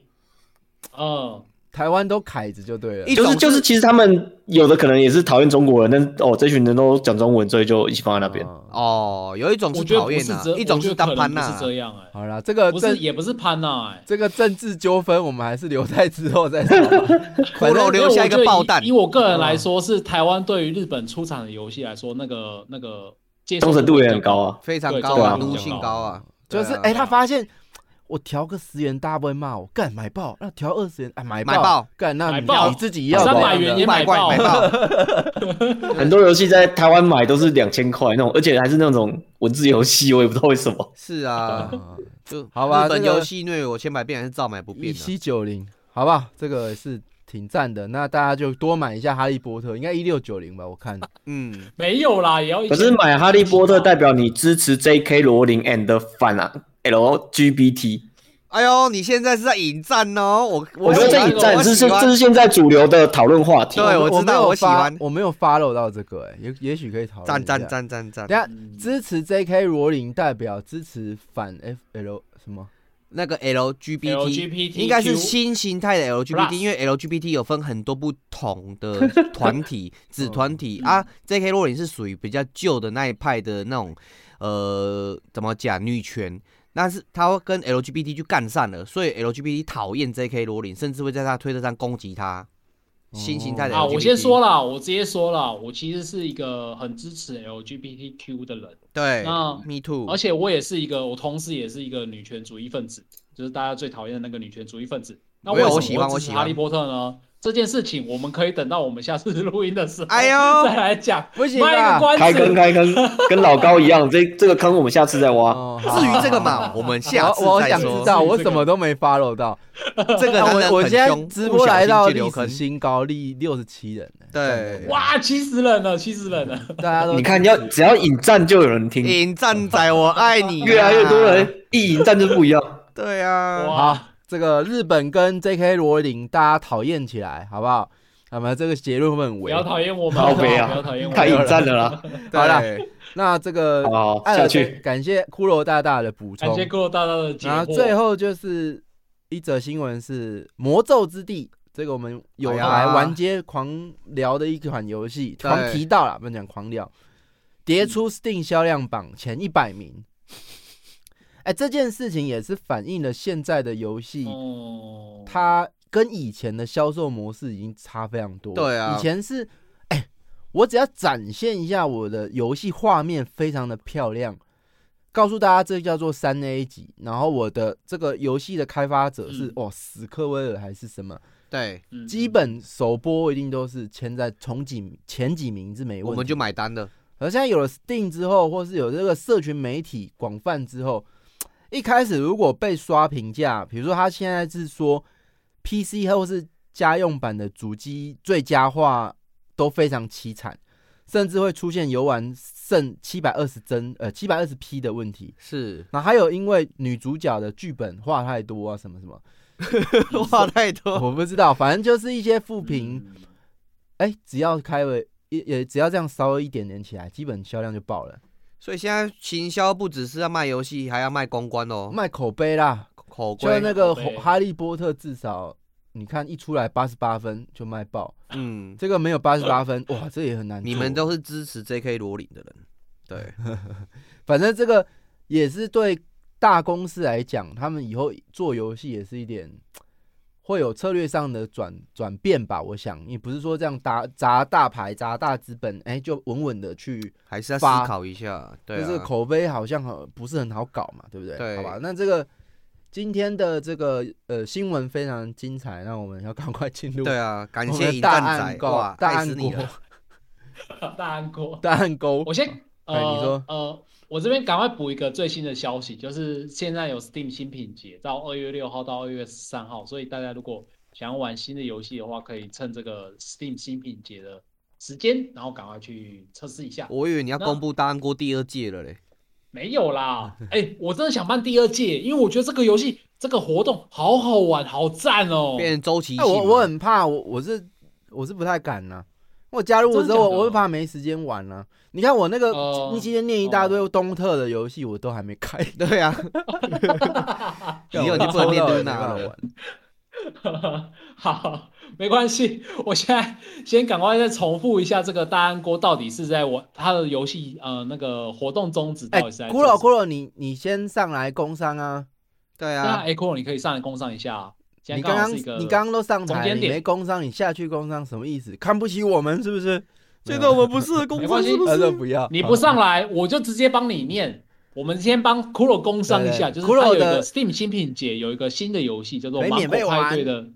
嗯，
台湾都凯子就对了
一。
就是
种
就是，其实他们有的可能也是讨厌中国人，但是哦，这群人都讲中文，所以就一起放在那边。
哦，
哦，有一种
我
是
觉得
讨
不
厌
是
啊
这，，
一种
我觉
是
得
当
可能
潘
不
娜
是
啊，呃
这样哎，
好啦，这个
不是
政
也不是潘娜哎。
这个政治纠纷我们还是留在之后再说吧。
骷
反
髅
正
留下一个爆弹
因为我觉得以以，我个人来说，是台湾对于日本出产的游戏来说，那个那个接受
忠诚度也很高啊。
非常
对
高
中
啊，
文
奴
比较
性
高
高啊，
就是
对啊
哎，他发现我调个十元，大家不会骂我，干买爆，那调二十元，哎买
买爆，
干那
买
你
爆
你自己要
300
怎样的
元也
五百块买
买爆啊
爆，
很多游戏在台湾买都是两千块那种，而且还是那种文字游戏，我也不知道为什么。
是 啊，
啊
就
好吧
日本
这个
游戏虐我千百遍还是照买不
一
变啊。
七九零，好不好？这个是挺赞的，那大家就多买一下《哈利波特》，应该一六九零吧？我 看
嗯，
没有啦，也要一
可是买《哈利波特》代表你支持 J.K. 罗琳 and 反啊 LGBT，
哎呦，你现在是在引战哦，我
我觉得
喜
这
欢
一战
我
这
喜
是
欢
这是现在主流的讨论话题。
对我知
没
道
有
我喜
发
欢
我没有 follow 到这个，哎，也也许可以讨论。
赞赞！赞赞赞
等，一下支持 J.K. 罗琳代表支持反 F.L 什么？
那个 LGBT。
LGBT，
应该是新形态的 LGBT，
Plus
因为 LGBT 有分很多不同 的团体、子团体
嗯
啊。J.K. 罗琳是属于比较旧的那一派的那种，呃，怎么讲女权？但是他跟 LGBT 就干上了，所以 LGBT 讨厌 J.K. 罗琳，甚至会在他推特上攻击他。
哦
新形态的 LGBT
啊，我先说啦，我直接说啦，我其实是一个很支持 LGBTQ 的人，
对
嗯
那
，Me too，
而且我也是一个，我同时也是一个女权主义分子，就是大家最讨厌的那个女权主义分子。那
没
为
有
什
我喜
么
欢
会
我
支持
喜欢
哈利波特呢？这件事情我们可以等到我们下次录音的时候，
哎呦
再来讲。
不行
卖一
吧
个？关
开
子
坑，开坑，跟老高一样，这这个坑我们下次再挖。
哦，好
啊 至于这个 嘛，我们下次
我我
再
想
说
知道，我什么都没 follow 到。
这个
那
男人
我我
很
现在
凶
直
不
播
小
来
心
到
就
历
留
史
坑
新高，历六十七人欸呢。
对
赞
哇，气死人了，气死人了！
大
啊
家都
你看，你要只要引战就有人听，
引战仔，我爱你、啊
越来越多。人一引战就不一样。
对啊，
哇
好，这个日本跟 J.K. 罗琳大家讨厌起来，好不好？那么这个结论会很
不
伪
要。讨厌我们，
好
不
悲啊
要讨厌我
太
们。
引战了 啦！
对
好了，那这个
好，
艾
下
尔
去。
感谢骷髅大大的补
感
充
谢。各位大大的解
然后
惑。
最后就是一则新闻是《魔咒之地》，这个我们有
哎呀
来玩街狂聊的一款游戏，
对
狂提到了，不能讲狂聊，跌出 Steam 销量榜前一百名。哎，这件事情也是反映了现在的游戏
哦，
它跟以前的销售模式已经差非常多。
对啊
以前是，哎、我只要展现一下我的游戏画面非常的漂亮，告诉大家这叫做三 A 级，然后我的这个游戏的开发者是、
嗯
哦史克威尔还是什么，
对，
嗯
基本首播一定都是签在从几前几名是没问题。
我们就。买单了。
而现在有了 Steam 之后，或是有这个社群媒体广泛之后，一开始如果被刷评价，比如说他现在是说 PC 或是家用版的主机最佳化都非常凄惨，甚至会出现游玩剩七百二十帧呃七百二十 P 的问题。
是
那还有因为女主角的剧本话太多啊，什么什么，
话太多，
我不知道，反正就是一些负评，
嗯
哎、只要开了也也只要这样稍微一点点起来，基本销量就爆了，
所以现在行销不只是要卖游戏，还要卖公关哦，
卖口碑啦。
口
就
碑。
那个
口碑
哈利波特，至少你看一出来八十八分就卖爆，
嗯，
这个没有八十八分，哇，这也很难做。
你们都是支持 J.K. 罗琳的人， 对，
反正这个也是对大公司来讲，他们以后做游戏也是一点会有策略上的转转变吧。我想，你不是说这样砸砸大牌、砸大资本，哎、就稳稳的去，
还是要思
发
考一下，对
就是
啊，
口碑好像很不是很好搞嘛，对不对？
对
好吧，那这个。今天的这个呃新闻非常精彩，那我们要赶快进入
对啊，感
我们
谢
的
银
大
蛋
暗
仔，
沟
哇，
大
爱
暗
死你
沟
了，
大安国。
大暗沟。
我先
哎你
呃
说
呃，我这边赶快补一个最新的消息，就是现在有 Steam 新品节，到二月六号到二月十三号，所以大家如果想要玩新的游戏的话，可以趁这个 Steam 新品节的时间，然后赶快去测试一下。
哦
我以为你要
那
公布大安锅第二届了嘞，
没有啦，哎、我真的想办第二届，因为我觉得这个游戏这个活动好好玩，好赞哦、
变成周期性
哎，
了，
我我很怕，我我是我是不太敢呐、我加入我之
真的假
后，
的
我会怕没时间玩呢、你看我那个，
哦
你今天念一大堆东特的游戏，我都还没开，
对 啊，以后就不能念
我
露
没办
娜
法
了
玩。。
好，没关系，我现在先赶快再重复一下这个大安锅到底是在玩它的游戏呃那个活动宗旨
哎
到底是在，
骷
做
髅
什么
骷髅，你你先上来工商啊！
对
对啊，
啊，
哎骷髅你可以上来工商一下啊，现在
你刚
刚好
刚
是一个
你刚刚都上
中
台，
间
你
点
没工商，你下去工商什么意思？看不起我们是不是？
觉得我们不适合工
没
作
关系
是不
他
是？
说不要，
你不上来，我就直接帮你念。我们先帮骷髅工商一下，就
对对
是它有一
骷髅的
个 Steam 新品节有一个新的游戏叫做
没
《
免
芒
费
果派
玩
对》的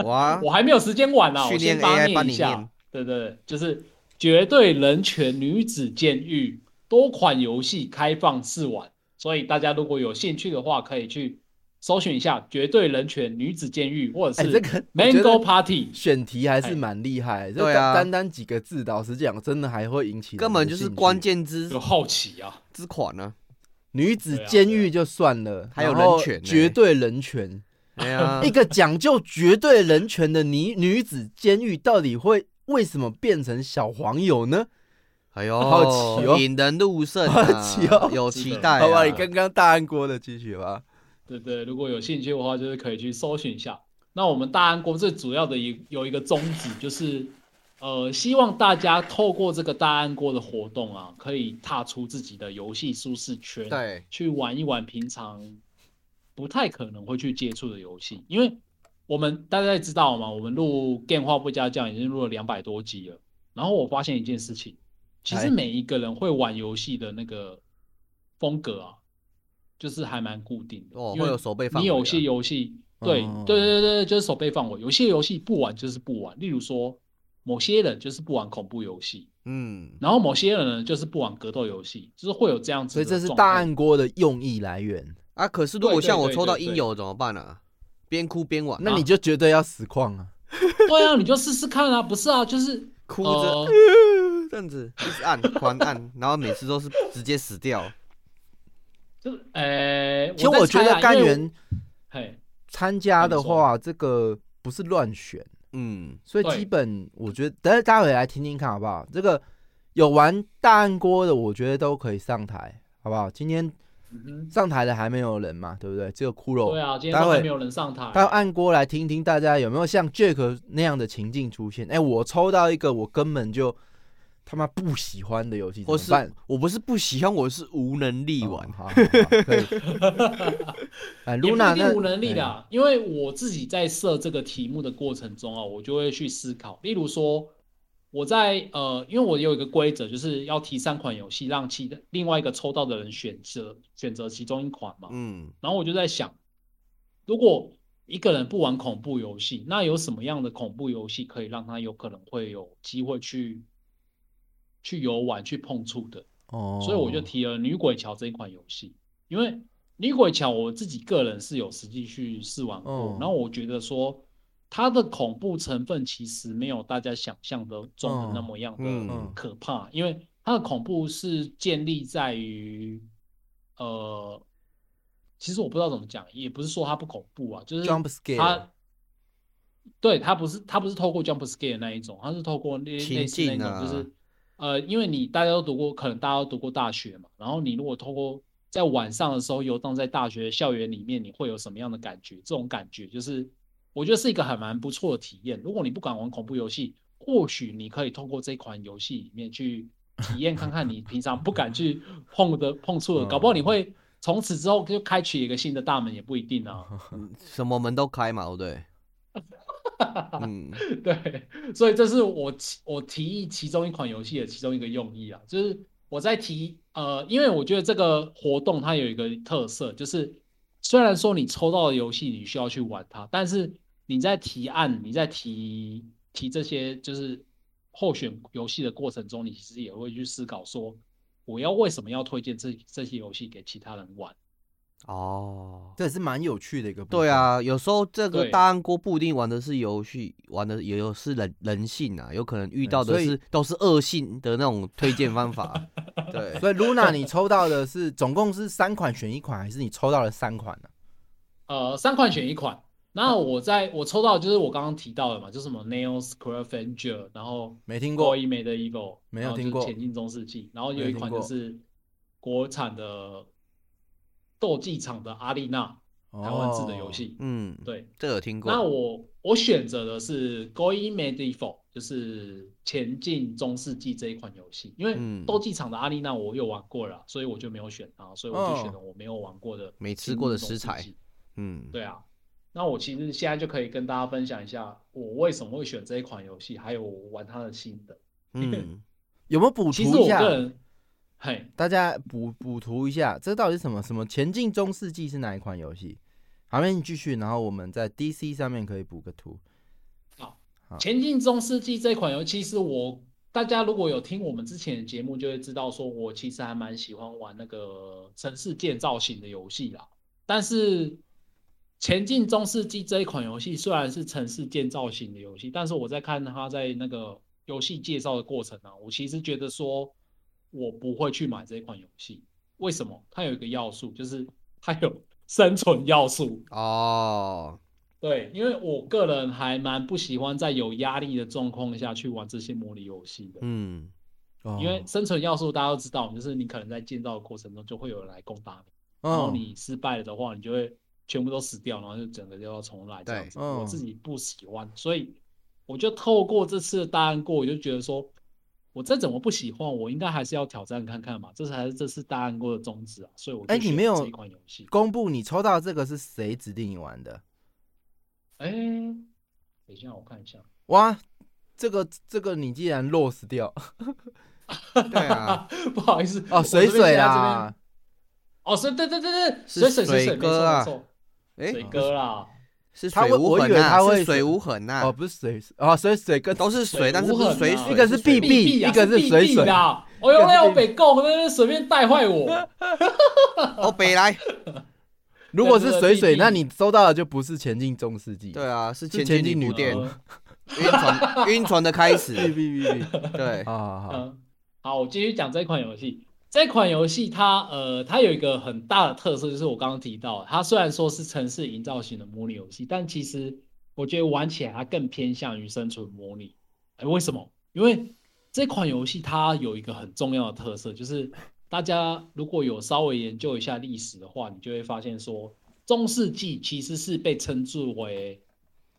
啊
哇，
我还没有时间玩呢、啊，
训
我
练
先帮
AI 帮
念
你
一下
念。
对对对，就是《绝对人权女子监狱》多款游戏开放试玩，所以大家如果有兴趣的话，可以去搜寻一下《绝对人权女子监狱》或者
哎，
是
这个我觉
Mango
得
Party。
选题还是
哎
蛮厉害，这
对啊
单单几个字，老实讲，真的还会引起
根
人
本
的
就是
兴趣
关键之
有好奇啊，
之款 呢。
女子监狱就算了，
还有
然后
人权呢
绝对人权，
哎呀
一，个讲究绝对人权的女女子监狱，到底会为什么变成小黄油呢？
哎呦，
好奇哦
引人入胜
好
啊
奇哦，
有
是的
期待啊。
好吧，你刚刚大安锅的继续吧。
对对，如果有兴趣的话，就是可以去搜寻一下。那我们大安国最主要的一有一个宗旨，就是呃，希望大家透过这个大安国的活动啊，可以踏出自己的游戏舒适圈。
对，
去玩一玩平常不太可能会去接触的游戏，因为我们大家也知道嘛，我们录《电话不加酱》已经录了两百多集了。然后我发现一件事情，其
哎
实每一个人会玩游戏的那个风格啊，就是还蛮固定的。
哦，
因
会
为
有手背范
你
围啊。
有些游戏，
哦
对对对对对，就是手背范围。有些游戏不玩就是不玩，例如说某些人就是不玩恐怖游戏，
嗯，
然后某些人呢就是不玩格斗游戏，就是会有这样子
所
的
以这
状态。
是大安锅的用意来源。
啊，可是如果
对对
像我
对
抽
对
到
对
音游怎么办啊？边哭边玩，
那你就绝对要实况啊！
对啊，你就试试看啊，不是啊，就是
哭着
呃，
这样子一直按狂按，然后每次都是直接死掉。
就是呃，
其实我嗯觉
在猜
得
啊
甘，
因为
源
嘿，
参加的话，这个不是乱选，
嗯，
所以
对
基本我觉得，待待会来听听看好不好？这个有玩大安锅的，我觉得都可以上台，好不好？今天
嗯哼
上台的还没有人嘛，对不对？只有骷髅。
对啊，今天
哦待
都
会啊
还没有人上台，啊
他按锅来听听大家有没有像 Jack 那样的情境出现。哎、我抽到一个我根本就他妈不喜欢的游戏，怎
或
么
是
办？
我不是不喜欢，我是无能力
哦
玩。
好好好可以。 哎
也不
，Luna
一
那哎
定无能力啊啦，因为我自己在设这个题目的过程中啊，我就会去思考，例如说我在呃，因为我有一个规则，就是要提三款游戏，让其另外一个抽到的人选择选择其中一款嘛，
嗯，
然后我就在想，如果一个人不玩恐怖游戏，那有什么样的恐怖游戏可以让他有可能会有机会去去游玩、去碰触的？
哦，
所以我就提了《女鬼桥》这一款游戏，因为《女鬼桥》我自己个人是有实际去试玩过，
哦
然后我觉得说它的恐怖成分其实没有大家想象的中的那么样
嗯
的可怕，因为它的恐怖是建立在于呃，其实我不知道怎么讲，也不是说它不恐怖啊，就是
jump scare
它。对它不是，它不是透过 jump scare 那一种，它是透过类
情
类似那
境
种，
啊
就是呃，因为你大家都读过，可能大家都读过大学嘛，然后你如果透过在晚上的时候游荡在大学校园里面，你会有什么样的感觉？这种感觉就是我觉得是一个还蛮不错的体验。如果你不敢玩恐怖游戏，或许你可以通过这款游戏里面去体验看看你平常不敢去碰的碰触的，搞
嗯
不好你会从此之后就开启一个新的大门也不一定啊。
什么门都开嘛，对不对？嗯，
对，所以这是我提我提议其中一款游戏的其中一个用意啊，就是我在提呃，因为我觉得这个活动它有一个特色，就是虽然说你抽到的游戏你需要去玩它，但是你在提案、你在提提这些就是候选游戏的过程中，你其实也会去思考说，我要为什么要推荐这这些游戏给其他人玩？
哦，
这也是蛮有趣的一个。
对，啊，有时候这个
对
大安锅不一定玩的是游戏，玩的也有是人人性啊，有可能遇
对
到
所
的
以
是都是恶性的那种推荐方法。 对，
所以 Luna 你抽到的是总共是三款选一款，还是你抽到了三款呢、
呃，三款选一款。那我在我抽到的就是我刚刚提到的嘛，就是什么 Nails c r a v e n g e r 然后
没听
郭
过，
一梅的 Evil，
没
然
有
后就
听过
是前进中世纪，然后有
没
一
听
款就
过
是国产的斗技场的阿丽娜，台湾制的游
哦
戏。
嗯，
对，
这有听过。
那我我选择的是 Going Medieval，就是前进中世纪这一款游戏，因为
嗯
斗技场的阿丽娜我有玩过了，所以我就没有选它，所以我就选
哦
了我没有玩过的
没吃
前
过
进
的
中
食
世
材
纪
嗯，
对啊，那我其实现在就可以跟大家分享一下我为什么会选这一款游戏，还有我玩它的心得。
嗯，
哦有没有补
其
涂
实
一
我
下？
个人，嘿，
大家补补涂一下，这到底是什么？什么前进中世纪是哪一款游戏？好，那你继续，然后我们在 DC 上面可以补个图。
《前进中世纪》这款游戏，其实我大家如果有听我们之前的节目，就会知道说我其实还蛮喜欢玩那个城市建造型的游戏啦。但是《前进中世纪》这一款游戏虽然是城市建造型的游戏，但是我在看它在那个游戏介绍的过程啊，我其实觉得说我不会去买这款游戏。为什么？它有一个要素，就是它有生存要素。
哦，
对，因为我个人还蛮不喜欢在有压力的状况下去玩这些模拟游戏的，
嗯，
哦
因为生存要素大家都知道，就是你可能在建造的过程中就会有人来攻打你，然后
哦
你失败了的话，你就会全部都死掉，然后就整个就要重来这样
对
子。
嗯
我自己不喜欢，所以我就透过这次的大案过，我就觉得说，我再怎么不喜欢，我应该还是要挑战看看嘛，这才是这次大案过的宗旨啊。所以我就
哎你
选
没
了
有
这一款游戏，
公布你抽到这个是谁指定你玩的？
哎，等一下我看一下。
哇，这个这个你竟然 lost 掉
对啊，
不好意思
哦，水水
啊，
啦，
哦，水对对对对，
是
水水水
水
水，
哥啊
没错没
哎
错，水
哦
哥啦，
是
他
水
会
无
我以
痕
为他
呐，
会
是水无痕呐
哦，，不是水哦，水水跟
都是水，但是
无
不是
痕
水
啊
水，
一个是
水
必必
啊
一个是
必
水
必
水
啦，哦呦
一个是
那我
必
北贡在那边随便带坏我，
哦北来，
如果是水水，
对这个
那你收到的就不是前进中世纪。
对啊，是
是
前
前
进
进
女
女
仆店
呃
晕船晕船的开
哔
始，
哔哔哔，
对，
好好好，
嗯，好，我继续讲这款游戏。这款游戏它呃，它有一个很大的特色，就是我刚刚提到，它虽然说是城市营造型的模拟游戏，但其实我觉得玩起来它更偏向于生存模拟。哎，为什么？因为这款游戏它有一个很重要的特色，就是大家如果有稍微研究一下历史的话，你就会发现说，中世纪其实是被称之为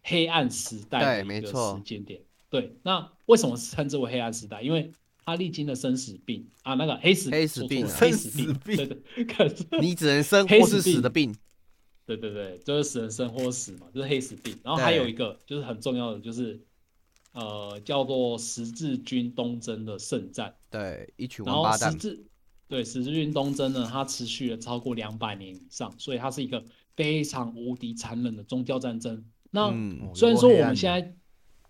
黑暗时代
对
的
没
一个
错
时间点。对，那为什么称之为黑暗时代？因为它历经了生死病啊，那个黑死
黑死病啊
说错了黑死
生死病
对对，可是
你只能生
黑
或
死
是死
病
的病，
对对对，就是死人生或死嘛，就是黑死病。然后还
对
有一个就是很重要的，就是呃叫做十字军东征的圣战。
对，一群
然
王
后
八
十
蛋，
字对十字军东征呢，它持续了超过两百年以上，所以它是一个非常无敌残忍的宗教战争。那、
嗯，
虽然说我们
在。
现在，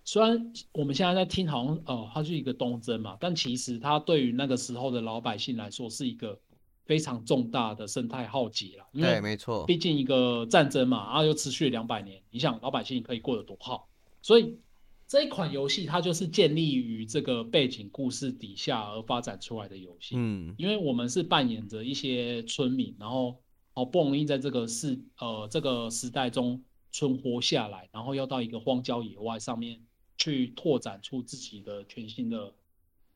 虽然我们现在在听好像呃，它是一个东征嘛，但其实它对于那个时候的老百姓来说是一个非常重大的生态浩劫啦，因
对，
为
没错，
毕竟一个战争嘛，然啊后又持续了两百年，你想老百姓可以过得多好？所以这一款游戏它就是建立于这个背景故事底下而发展出来的游戏。
嗯，
因为我们是扮演着一些村民，然后好不容易在这个世呃这个时代中存活下来，然后要到一个荒郊野外上面去拓展出自己的全新的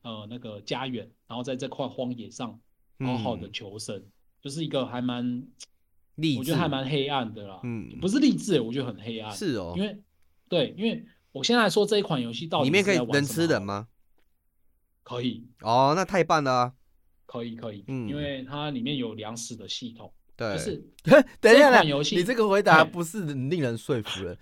呃那个家园，然后在这块荒野上好好的
嗯
求生，就是一个还蛮
励
我
志
觉得，还蛮黑暗的啦。
嗯，
不是励志，欸我觉得很黑暗。
是哦
啊因，为对，因为我先来说这一款游戏到底
里面
是
可以
在玩
人
什
吃
么啊
人
好？
吗？
可以，
哦，那太棒了啊，
可以，可以，
嗯
因为它里面有粮食的系统，
对，
就是
等一下
这
啦，
款游戏
你这个回答不是令人说服人。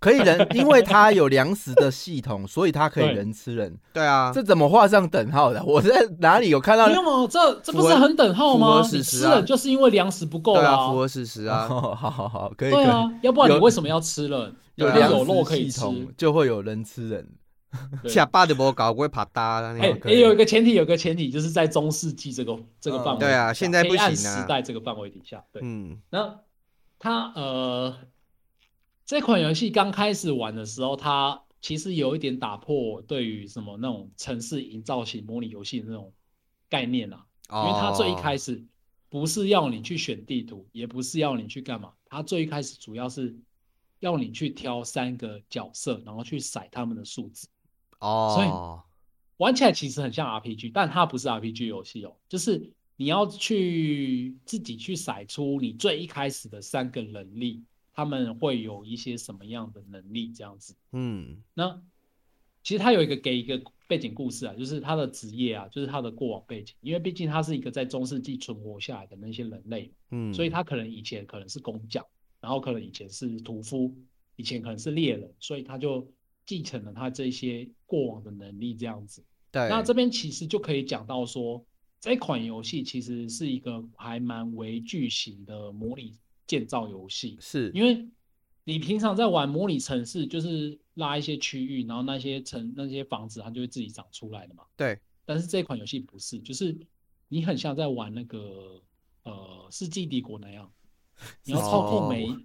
可以人，因为它有粮食的系统，所以它可以
对
人吃人，
对啊，
这怎么画上等号的？我在哪里有看到
没？有吗？这这不
符
是
合
很等号
符合
吗？
事
你
实
吃
啊
人就是因为粮食不够
对
啦
啊，符合事实啊，
哦，好好好，可以，可
对
以，
啊，要不然
有
你为什么要吃人？
有
对啊
粮
有肉可
食
以
系
吃
统就会有人吃人。
对
下巴就无搞过爬搭了
哎
那
欸
个。
可
也
以
有一个前提，有一个前提就是在中世纪这个这个范围底下，
对啊现在不
黑暗
行啊
时代这个范围底下，对，
嗯，
那它呃，这款游戏刚开始玩的时候，它其实有一点打破我对于什么那种城市营造型模拟游戏的那种概念啊，因为它最一开
始，
始不是要你去选地图，也不是要你去干嘛，它最一开始主要是要你去挑三个角色，然后去骰他们的数字。所以
哦，
玩起来其实很像 RPG，但它不是 RPG 游戏哦，就是你要去自己去筛出你最一开始的三个能力，他们会有一些什么样的能力这样子。
嗯，
那其实它有一个给一个背景故事啊，就是他的职业啊，就是他的过往背景，因为毕竟他是一个在中世纪存活下来的那些人类嘛，
嗯，
所以他可能以前可能是工匠，然后可能以前是屠夫，以前可能是猎人，所以他就继承了他这些过往的能力这样子。
对，
那这边其实就可以讲到说，这款游戏其实是一个还蛮微剧型的模拟建造游戏，
是
因为你平常在玩模拟城市，就是拉一些区域，然后那些城那些房子它就会自己长出来的嘛。
对。
但是这款游戏不是，就是你很像在玩那个呃《世纪帝国》那样，你要操控每一、
哦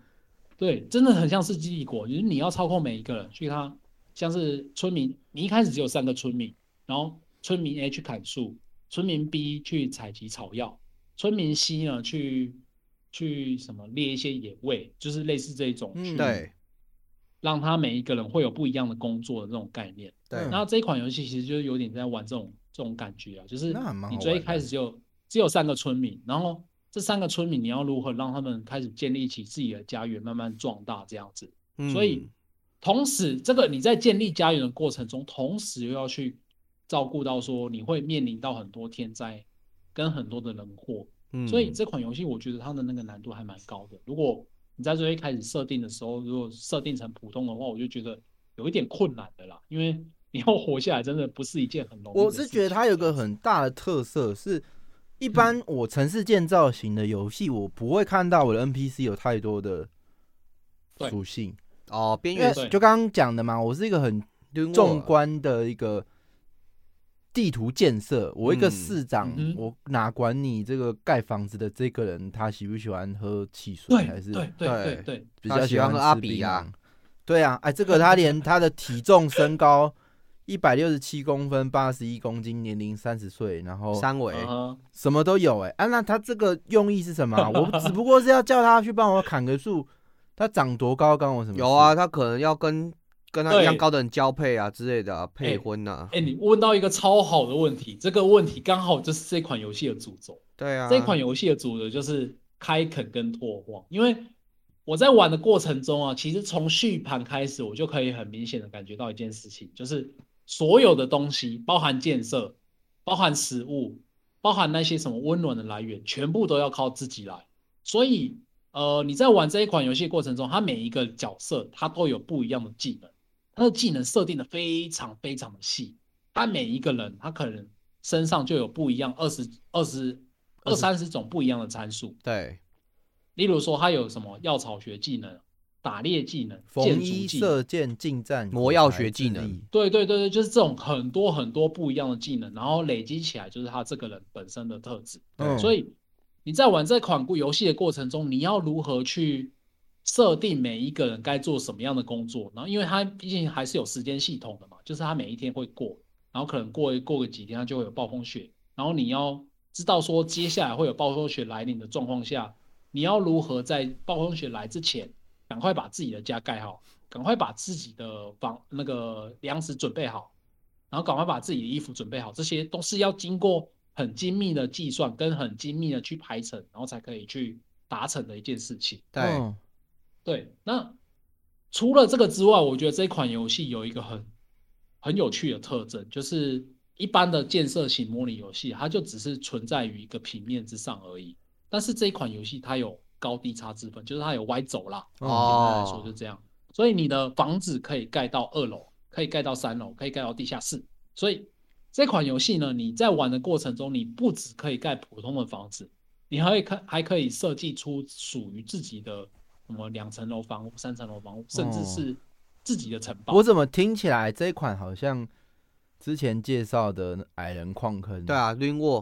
对，真的很像《世纪帝国》，就是你要操控每一个人，去他像是村民，你一开始只有三个村民，然后村民 A 去砍树，村民 B 去采集草药，村民 C 呢去去什么猎一些野味，就是类似这种，去
嗯
对
让他每一个人会有不一样的工作的这种概念。
对
那这一款游戏其实就是有点在玩这种这种感觉啊，就是
那还蛮好
你最一
玩的
开始就只有三个村民，然后这三个村民你要如何让他们开始建立起自己的家园，慢慢壮大这样子。
嗯
所以同时，这个你在建立家园的过程中，同时又要去照顾到说你会面临到很多天灾跟很多的人祸，所以
嗯
这款游戏我觉得它的那个难度还蛮高的。如果你在最一开始设定的时候，如果设定成普通的话，我就觉得有一点困难的啦，因为你要活下来真的不是一件很容易的
我
事情。
是觉得它有个很大的特色是，一
嗯
般我城市建造型的游戏，我不会看到我的 NPC 有太多的
对
属性，
哦，边
因为
缘
对
就刚刚讲的嘛，我是一个很
人
纵，观的一个地图建设，我一个
嗯
市长，
嗯哼
我哪管你这个盖房子的这个人他喜不喜欢喝汽水，
对
还是
对对
对
对对，
比
他
较
喜
喜
欢
欢
喝阿
吃
比
槟
啊
榔。对啊，哎，这个他连他的体重、身高一百六十七公分、八十一公斤，年龄三十岁，然后
三维
嗯哼
什么都有、哎，啊，那他这个用意是什么啊、 我只不过是要叫他去帮我砍个树，他长多高关我什么？
有啊，，他可能要跟跟他一样
嗯对
高的人交配啊之类的啊，配婚呐，
哎，你问到一个超好的问题，这个问题刚好就是这款游戏的主轴。
对啊，
这款游戏的主轴就是开垦跟拓荒，因为我在玩的过程中啊，其实从续盘开始，我就可以很明显的感觉到一件事情，就是所有的东西，包含建设、包含食物、包含那些什么温暖的来源，全部都要靠自己来。所以，呃，你在玩这一款游戏过程中，它每一个角色它都有不一样的技能，它的技能设定的非常非常的细，他每一个人他可能身上就有不一样二十二十二三十种不一样的参数，
对
例如说他有什么药草学技能、打猎技能、
缝
建
衣、
筑技能，
射箭、近战、
魔药
口才
学技
智
能
力
对对对对，就是这种很多很多不一样的技能，然后累积起来就是他这个人本身的特质。
嗯
所以你在玩这款游戏的过程中，你要如何去设定每一个人该做什么样的工作？然后，因为它毕竟还是有时间系统的嘛，就是它每一天会过，然后可能过一过个几天，它就会有暴风雪。然后你要知道说，接下来会有暴风雪来临的状况下，你要如何在暴风雪来之前，赶快把自己的家盖好，赶快把自己的房那个粮食准备好，然后赶快把自己的衣服准备好，这些都是要经过很精密的计算跟很精密的去排程，然后才可以去达成的一件事情。
对，
嗯
对，那除了这个之外，我觉得这款游戏有一个很很有趣的特征，就是一般的建设型模拟游戏，它就只是存在于一个平面之上而已。但是这一款游戏它有高低差之分，就是它有歪走啦，简单来说就
哦，
这样。所以你的房子可以盖到二楼，可以盖到三楼，可以盖到地下室。所以这款游戏呢，你在玩的过程中，你不只可以盖普通的房子，你还会可还可以设计出属于自己的什么两层楼房屋、三层楼房屋，甚至是自己的城堡。
哦我怎么听起来这一款好像之前介绍的那矮人矿坑？
对啊，Rain War，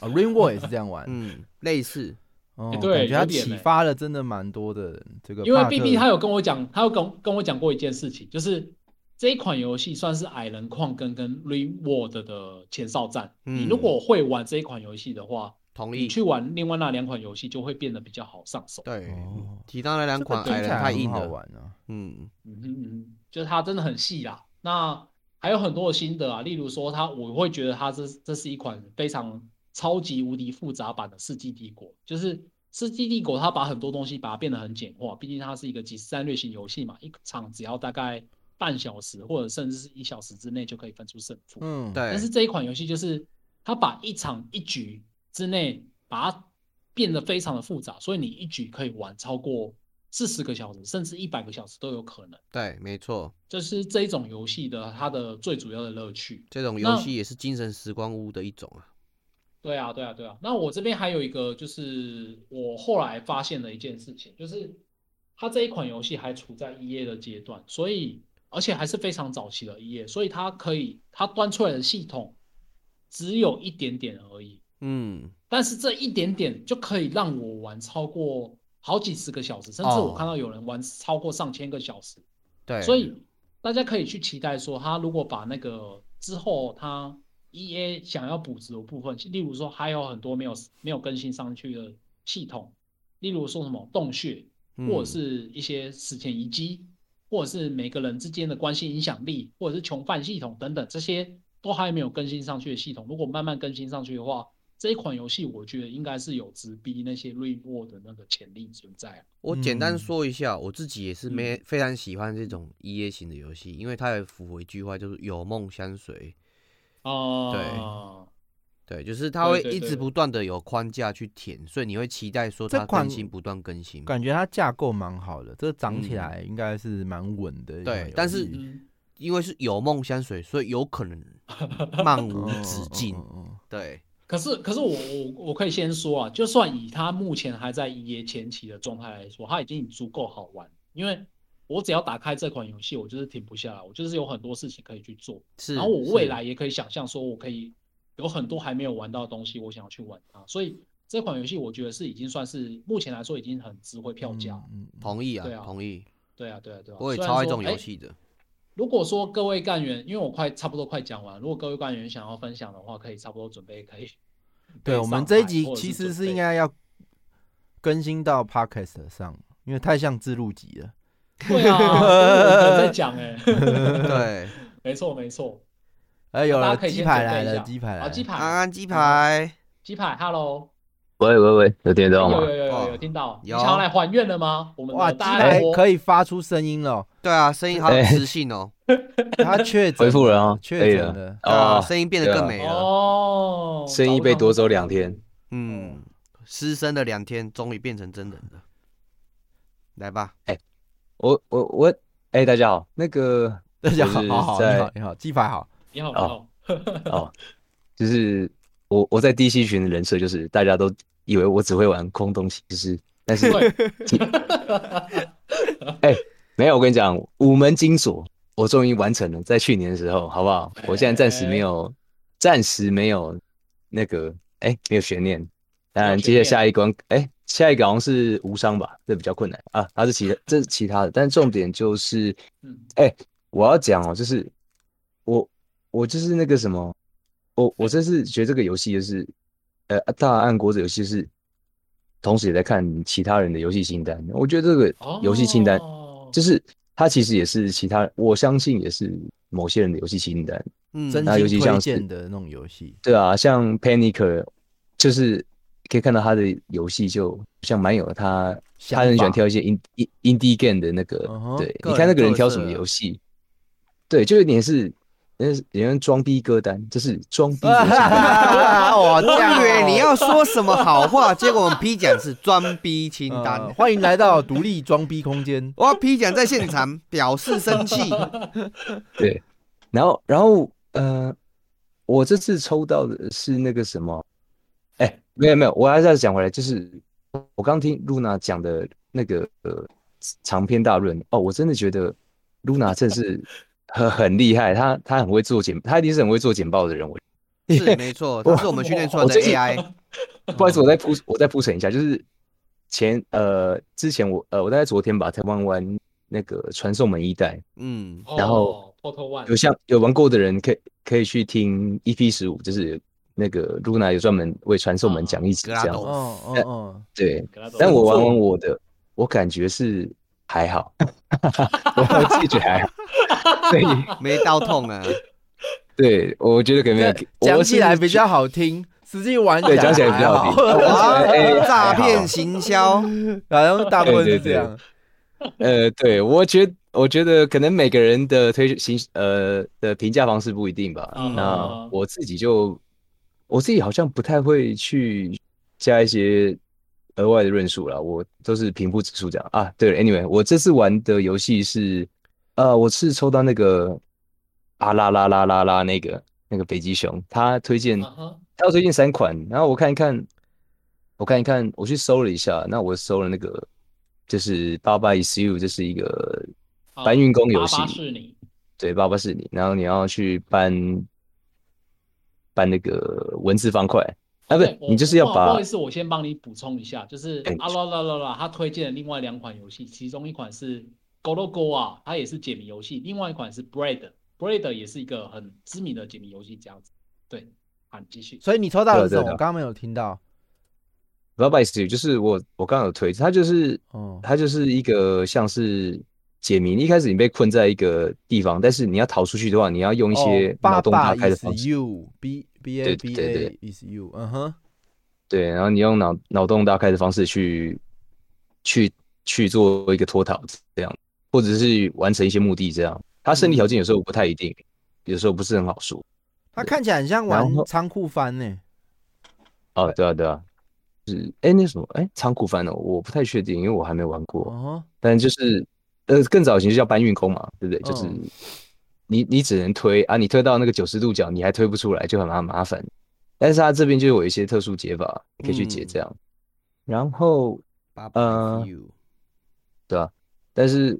啊，Rain War 也是这样 玩。
嗯，类似，
哦
欸，对
感觉它
有点
启
欸
发了真的蛮多的人。这个
因为
帕特
B B 他有跟我讲，他有跟跟我讲过一件事情，就是这一款游戏算是矮人矿跟跟 Reward 的前哨战。你如
嗯
果会玩这一款游戏的话，
同
你
意。
去玩另外那两款游戏就会变得比较好上手。
对
哦，
其他那两款
这个
矮
听
人
起来
太硬
很好
了，
玩啊。
嗯，
嗯哼嗯哼，就是它真的很细啦。那还有很多的心得啊，例如说它，我会觉得它这这是一款非常超级无敌复杂版的《世纪帝国》，就是《世纪帝国》它把很多东西把它变得很简化，毕竟它是一个即时战略型游戏嘛，一场只要大概半小时或者甚至是一小时之内就可以分出胜负。
嗯，
对
但，是这一款游戏就是它把一场一局之内把它变得非常的复杂，所以你一局可以玩超过四十个小时，甚至一百个小时都有可能。
对，没错，
这是这一种游戏的它的最主要的乐趣。
这种游
那
戏也是精神时光屋的一种啊。
对啊，对啊，对啊。那我这边还有一个，就是我后来发现的一件事情，就是它这一款游戏还处在 EA 的阶段，所以而且还是非常早期的 EA，所以它可以它端出来的系统只有一点点而已，
嗯，
但是这一点点就可以让我玩超过好几十个小时，甚至
哦
我看到有人玩超过上千个小时。
对，
所以大家可以去期待说，他如果把那个之后他 E A 想要补足的部分，例如说还有很多没有没有更新上去的系统，例如说什么洞穴，或者
嗯
是一些史前遗迹，或者是每个人之间的关系影响力，或者是囚犯系统等等，这些都还没有更新上去的系统，如果慢慢更新上去的话。这一款游戏，我觉得应该是有直逼那些 r e w a r 的那个潜力存在啊。
我简单
嗯
说一下，我自己也是没非常喜欢这种 E A 型的游戏，因为它也符合一句话，就是有梦相随。
哦，
对，就是它
对
会
对
一直
对
不断的有框架去填，所以你会期待说
这
它
款
更新不断更新。
感觉它架构蛮好的，这长起
嗯
来应该是蛮稳的一款游戏。
对但是
嗯，
因为是有梦相随，所以有可能漫无
嗯
止境。
嗯嗯嗯
对，
可是，可是我我我可以先说啊，就算以他目前还在 EA 前期的状态来说，他已经足够好玩。因为我只要打开这款游戏，我就是停不下来，我就是有很多事情可以去做。
是。
然后我未
是
来也可以想象说，我可以有很多还没有玩到的东西，我想要去玩它。所以这款游戏我觉得是已经算是目前来说已经很值回票价。
嗯嗯
同意
对
啊，
啊
同意。
对啊，对啊，对啊。
我也
虽然
超爱这
说
种游。
哎
戏 的。
如果说各位干员，因为我快差不多快讲完，如果各位干员想要分享的话，可以差不多准备可以。可以
对，我们
上
这一
台
集
或者
其实
准
是
备
应该要更新到 Podcast 上，因为太像自录集了。
对 啊，我在讲哎、
对，
没错没错。
哎，有
大
了
家可以
鸡
先
排
准备
来
一
了，
下
鸡排来
好，
了，
鸡
安
排，
安鸡排，
鸡排，Hello，
喂喂喂，有听
有
到
有
吗？
有有
哦
有听到，你
有
想要来还愿了吗？我们
哇，
的
鸡
大家
排
来播
可以发出声音 了，
对啊，声音好有
哎
磁性哦。
它确诊
恢 复了啊，可以
确诊
了
了。
对啊，
哦，
声音变得
对啊
更美了。
哦，
生意被夺走两天，
嗯，失声了两天，终于变成真人了。来吧，
我我我，哎，大家好，那个
大家好，
我是
好好，你
在
好，你好，鸡排好，
你好，你好，
哦，就是我我在 DC 群的人设就是大家都以为我只会玩空洞骑士，但是哎没有，我跟你讲，五门金锁我终于完成了，在去年的时候，好不好？我现在暂时
哎
没有，暂时没有那个，哎，没有悬念。当然，
没有悬
接着
念
下一关，哎，下一个好像是无伤吧，这比较困难啊。它是其他，这是其他的，但重点就是
嗯，
我要讲哦，就是我我就是那个什么，我我这是觉得这个游戏就是，呃，大暗国这游戏是，同时也在看其他人的游戏清单。我觉得这个
哦，
游戏清单就是是它其实也是其他，我相信也是某些人的游戏清单。
嗯，
真
那游
心
戏像
推
是
荐的那种游戏，
对啊，像 Panic，就是可以看到他的游戏就像蛮有他，
想
他很喜欢
法
挑一些 in in indie game 的那个
嗯哼
对，
个
你看那
人
个人
特
挑什么
色
游戏，对，就有点是，人家人家装逼歌单，这是装逼游戏，
哇，这
我
样
以为
哦
你要说什么好话，结果我们 P 奖是装逼清单。
呃欢迎来到独立装逼空间。
哇，P 奖在现场表示生 气，
对。然后然后呃，我这次抽到的是那个什么，哎，没有没有，我还是要讲回来，就是我刚听露娜讲的那个呃长篇大论哦，我真的觉得露娜真的是很很厉害，她她很会做简，她一定是很会做简报的人，我
是没错，这是我们训练出来的
我最近
AI。
不好意思，我再铺我再铺陈一下，就是前呃之前我呃我大概昨天吧才玩完那个传送门一代，
嗯，
然后
p o t o 哦 One
有像有玩过的人可以可以去听 EP 十五，就是那个 Luna 有专门为传送门讲一集
格拉
这样，
斗
哦哦哦，
对。
给他走
但我玩完我的，我感觉是还好，我我自己觉得还好，对
没到痛 啊，
对，我觉得可能没有
这讲起来比较好听，实际玩
对讲起来比较好听
还
哇
哎还好
诈骗行销，
好像大部分是这样。
呃，对，我觉得我觉得可能每个人的推行呃的评价方式不一定吧。
嗯
那我自己就我自己好像不太会去加一些额外的论述啦，我都是平铺直述讲啊。对了，anyway，我这次玩的游戏是呃，我是抽到那个啊啦啦啦啦啦那个那个北极熊，他推荐
啊哈
他要推荐三款，然后我看一看，我看一看，我去搜了一下，那我搜了那个就是八八 ECU，这是一个
好
搬运工游
哦八
戏，
八是你
对，八八是你，然后你要去搬搬那个文字方块啊，不
对
是，
哦我
你就是要
不好不
把
好意思，我先帮你补充一下，就是
哎
阿啦啦啦啦，他推荐的另外两款游戏，其中一款是《Go Go Go》啊，它也是解谜游戏；另外一款是《Braid》，《Braid》也是一个很知名的解谜游戏，这样子。对，好，你继续。
所以你抽到的是什
对对
么？
对
我刚刚没有听到。
八八 ECU，就是我我刚刚有推，它就是
哦，
它就是一个像是解谜，一开始你被困在一个地方，但是你要逃出去的话，你要用一些
哦
脑
爸
洞大
爸
开的
is
方式。
you b b a
对
b
对
a
对
is you，嗯哼，
对，然后你用脑脑洞大开的方式去去去做一个脱逃，这样，或者是完成一些目的，这样。它胜利条件有时候不太一定，有时候不是很好说。
他看起来很像玩
然后
仓库翻呢。
哦，对啊，对啊，是哎，那什么，哎，仓库翻了，我不太确定，因为我还没玩过。啊
哦，
但就是呃，更早以前就叫搬运工嘛，对不对？就是
嗯
你你只能推啊，你推到那个九十度角，你还推不出来，就很麻麻烦。但是它这边就有一些特殊解法，你可以去解这样。然后
爸爸
呃
is you，
对吧、但是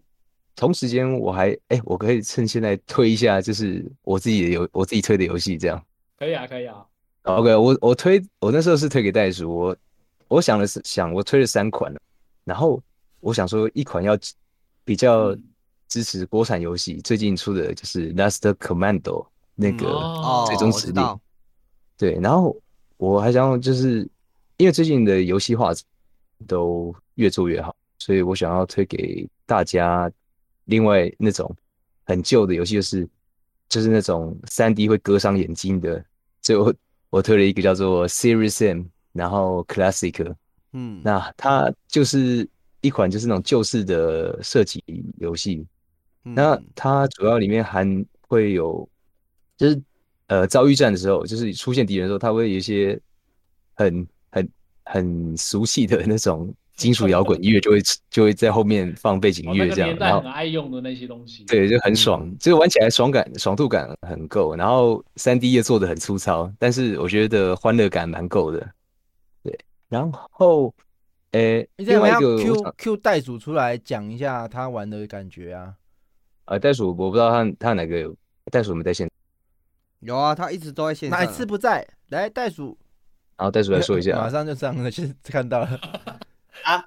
同时间我还哎、我可以趁现在推一下，就是我自己的游我自己推的游戏这样。
可以啊，可以啊。
OK，我我推我那时候是推给袋鼠，我我想的是想我推了三款，然后我想说一款要比较
嗯
支持国产游戏，最近出的就是《Last Commando》那
嗯
个。
哦，
最终
我
指
知
令
道，
对，然后我还想要就是，因为最近的游戏画质都越做越好，所以我想要推给大家另外那种很旧的游戏，就是就是那种 3D 会割伤眼睛的，所以我我推了一个叫做 Series M，然后 Classic，
嗯，
那它就是一款就是那种旧式的射击游戏，那
嗯
它主要里面含会有，就是呃遭遇战的时候，就是出现敌人的时候，它会有一些很很很俗气的那种金属摇滚音乐，就会就会在后面放背景
我
音
哦那
乐
个
这样，
年代
然后
很爱用的那些东西。
对就很爽，
嗯
就是玩起来爽感爽度感很够，然后 3D 也做的很粗糙，但是我觉得欢乐感蛮够的，对，然后诶
你
另
怎么
外一
样
个我想
？Q Q 袋鼠出来讲一下他玩的感觉啊？
呃袋鼠我不知道它它哪个有袋鼠有没有在线。
有啊，他一直都在线上啊。
哪一次不在？来，袋鼠
然后袋鼠来说一下，啊
马上就上 了，就是看到了。
啊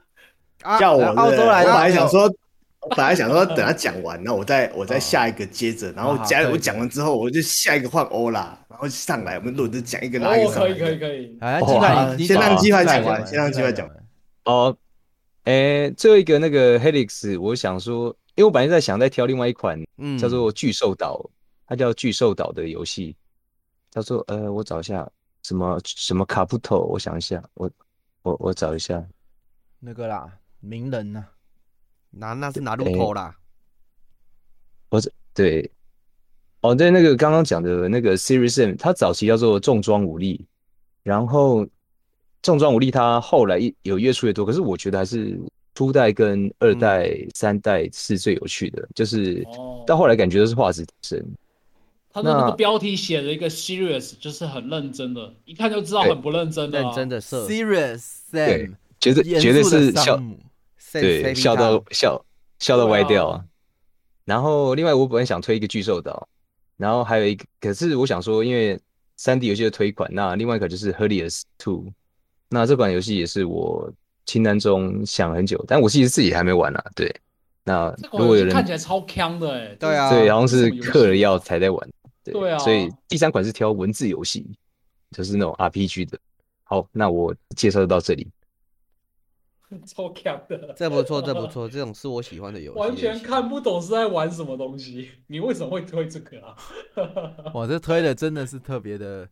叫我
来澳
对
洲来
我
的
本来
朋友
想说，我本来想说等他讲完，那我再
哦
我再下一个接着，然后
好
加
可以
我讲完之后，我就下一个换欧啦，然后上来我们轮着讲一个拉一
哦
个，上
可
来。
以，可以，可以。
哎，
哇
鸡排，你
先让鸡排讲
完，
完先让鸡排
讲
讲
完。
哦，诶，最后一个那个 Helix，我想说，因为我本来在想再挑另外一款
嗯
叫做《巨兽岛》，它叫《巨兽岛》的游戏，叫做呃，我找一下什么什么卡布头，我想一下，我我我找一下，
那个啦，名人啊呐、
那那是拿路头啦，
对，哦，对，那个刚刚讲的那个 Series M，它早期叫做重装武力，然后重装武力它后来一有越出越多，可是我觉得还是初代跟
嗯
二代、三代是最有趣的，就是
哦
到后来感觉都是画质提升，
他的那个
那
标题写了一个 serious，就是很认真的，一看就知道很不认真的、啊
认真
的。
的射
Serious Sam，
绝对
严
绝对
肃的
是
山
笑，
姆，
对，笑到笑笑到
对
歪
啊
掉啊。然后另外我本来想推一个巨兽岛，然后还有一个，可是我想说，因为三 D 游戏的推款，那另外一个就是《Helios Two》，那这款游戏也是我清单中想了很久，但我其实自己还没玩啊。对，那
这
如
款
果
游
有
戏看
人
起来超强的哎、
对啊
对，好像是
这什么游戏
嗑了药才在玩，对，
对啊
所以第三款是挑文字游戏，就是那种 RPG 的。好，那我介绍就到这里。
超强的，
这不错，这不错，这种是我喜欢的游戏类
完
型。
全看不懂是在玩什么东西。你为什么会推这个啊？
哇，这推的真的是特别的，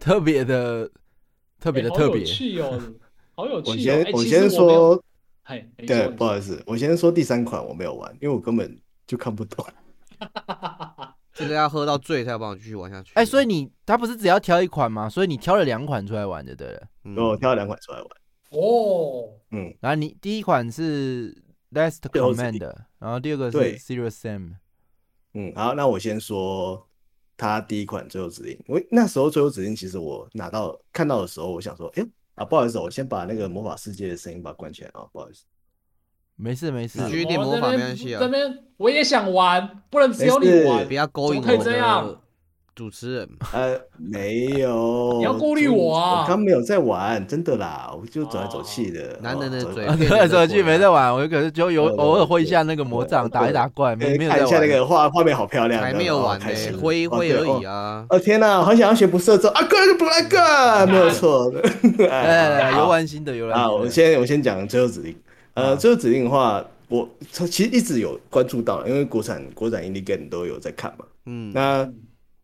特别的，特
特
别的特
哎好有
别。
趣哦，好有趣、哦。
我先
哎
我
其实
先
我没有
说，
嘿，你
对，
说
不好意思，我先说第三款我没有玩，因为我根本就看不懂。
这个要喝到醉才有办法继续玩下去。
哎、所以你他不是只要挑一款吗？所以你挑了两款出来玩就对了。
嗯
我挑了两款出来玩，
哦，
嗯，
然后你第一款是 Last
最后是
Command，然后第二个是
对
Serious Sam。
嗯，好，那我先说他第一款《最后指令》。我那时候《最后指令》其实我拿到看到的时候，我想说，哎、啊，不好意思哦，我先把那个魔法世界的声音把它关起来啊、不好意思。
没事没事
那，继续点
哦
魔
这
法没
边
关系啊
这边我也想玩，不能只有你
没事
玩
不。要勾引
怎么可以
我
这样
的主持人。
呃，没有，
你要顾虑我啊
我刚没有在玩，真的啦，我就走来走去的。
男人的
哦走
嘴
来走去
对
可手机没在玩，我可是就有
对对
偶尔会一下
哦对
那个魔
对
杖，
对
打一打怪，
哎
没没有
看
在
一下那
玩。
个画画面好漂亮，
还
这样
没有
哦
玩呢
开心，了
挥一挥
哦对
而已
哦
啊。
哦天哪，好想要学不射咒啊！哥就不来 哥，没有错。
哎哎，哎
好
游玩新的游玩新
啊，
的。
我先我先讲最后指令。
啊
呃，最后指令的话，我其实一直有关注到，因为国产国产 indie game 都有在看嘛。
嗯，
那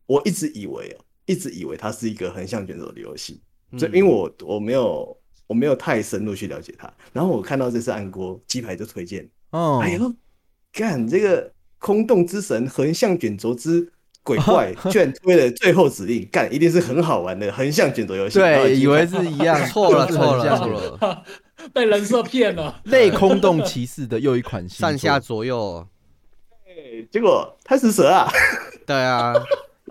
我一直以为哦，一直以为它是一个横向卷轴的游戏，
嗯
所以因为我我没有我没有太深入去了解它。然后我看到这次暗锅鸡排就推荐，
嗯，
哎呦，干这个空洞之神横向卷轴之鬼 怪居然推了最后指令，干一定是很好玩的横向卷轴游戏。然后
对，
已经
以为是一样，
错了
都是
错
很
了
像
错
的
了，
被人设 骗了。
类空洞骑士的又一款新作
上下左右。
哎结果贪食蛇啊，
对啊，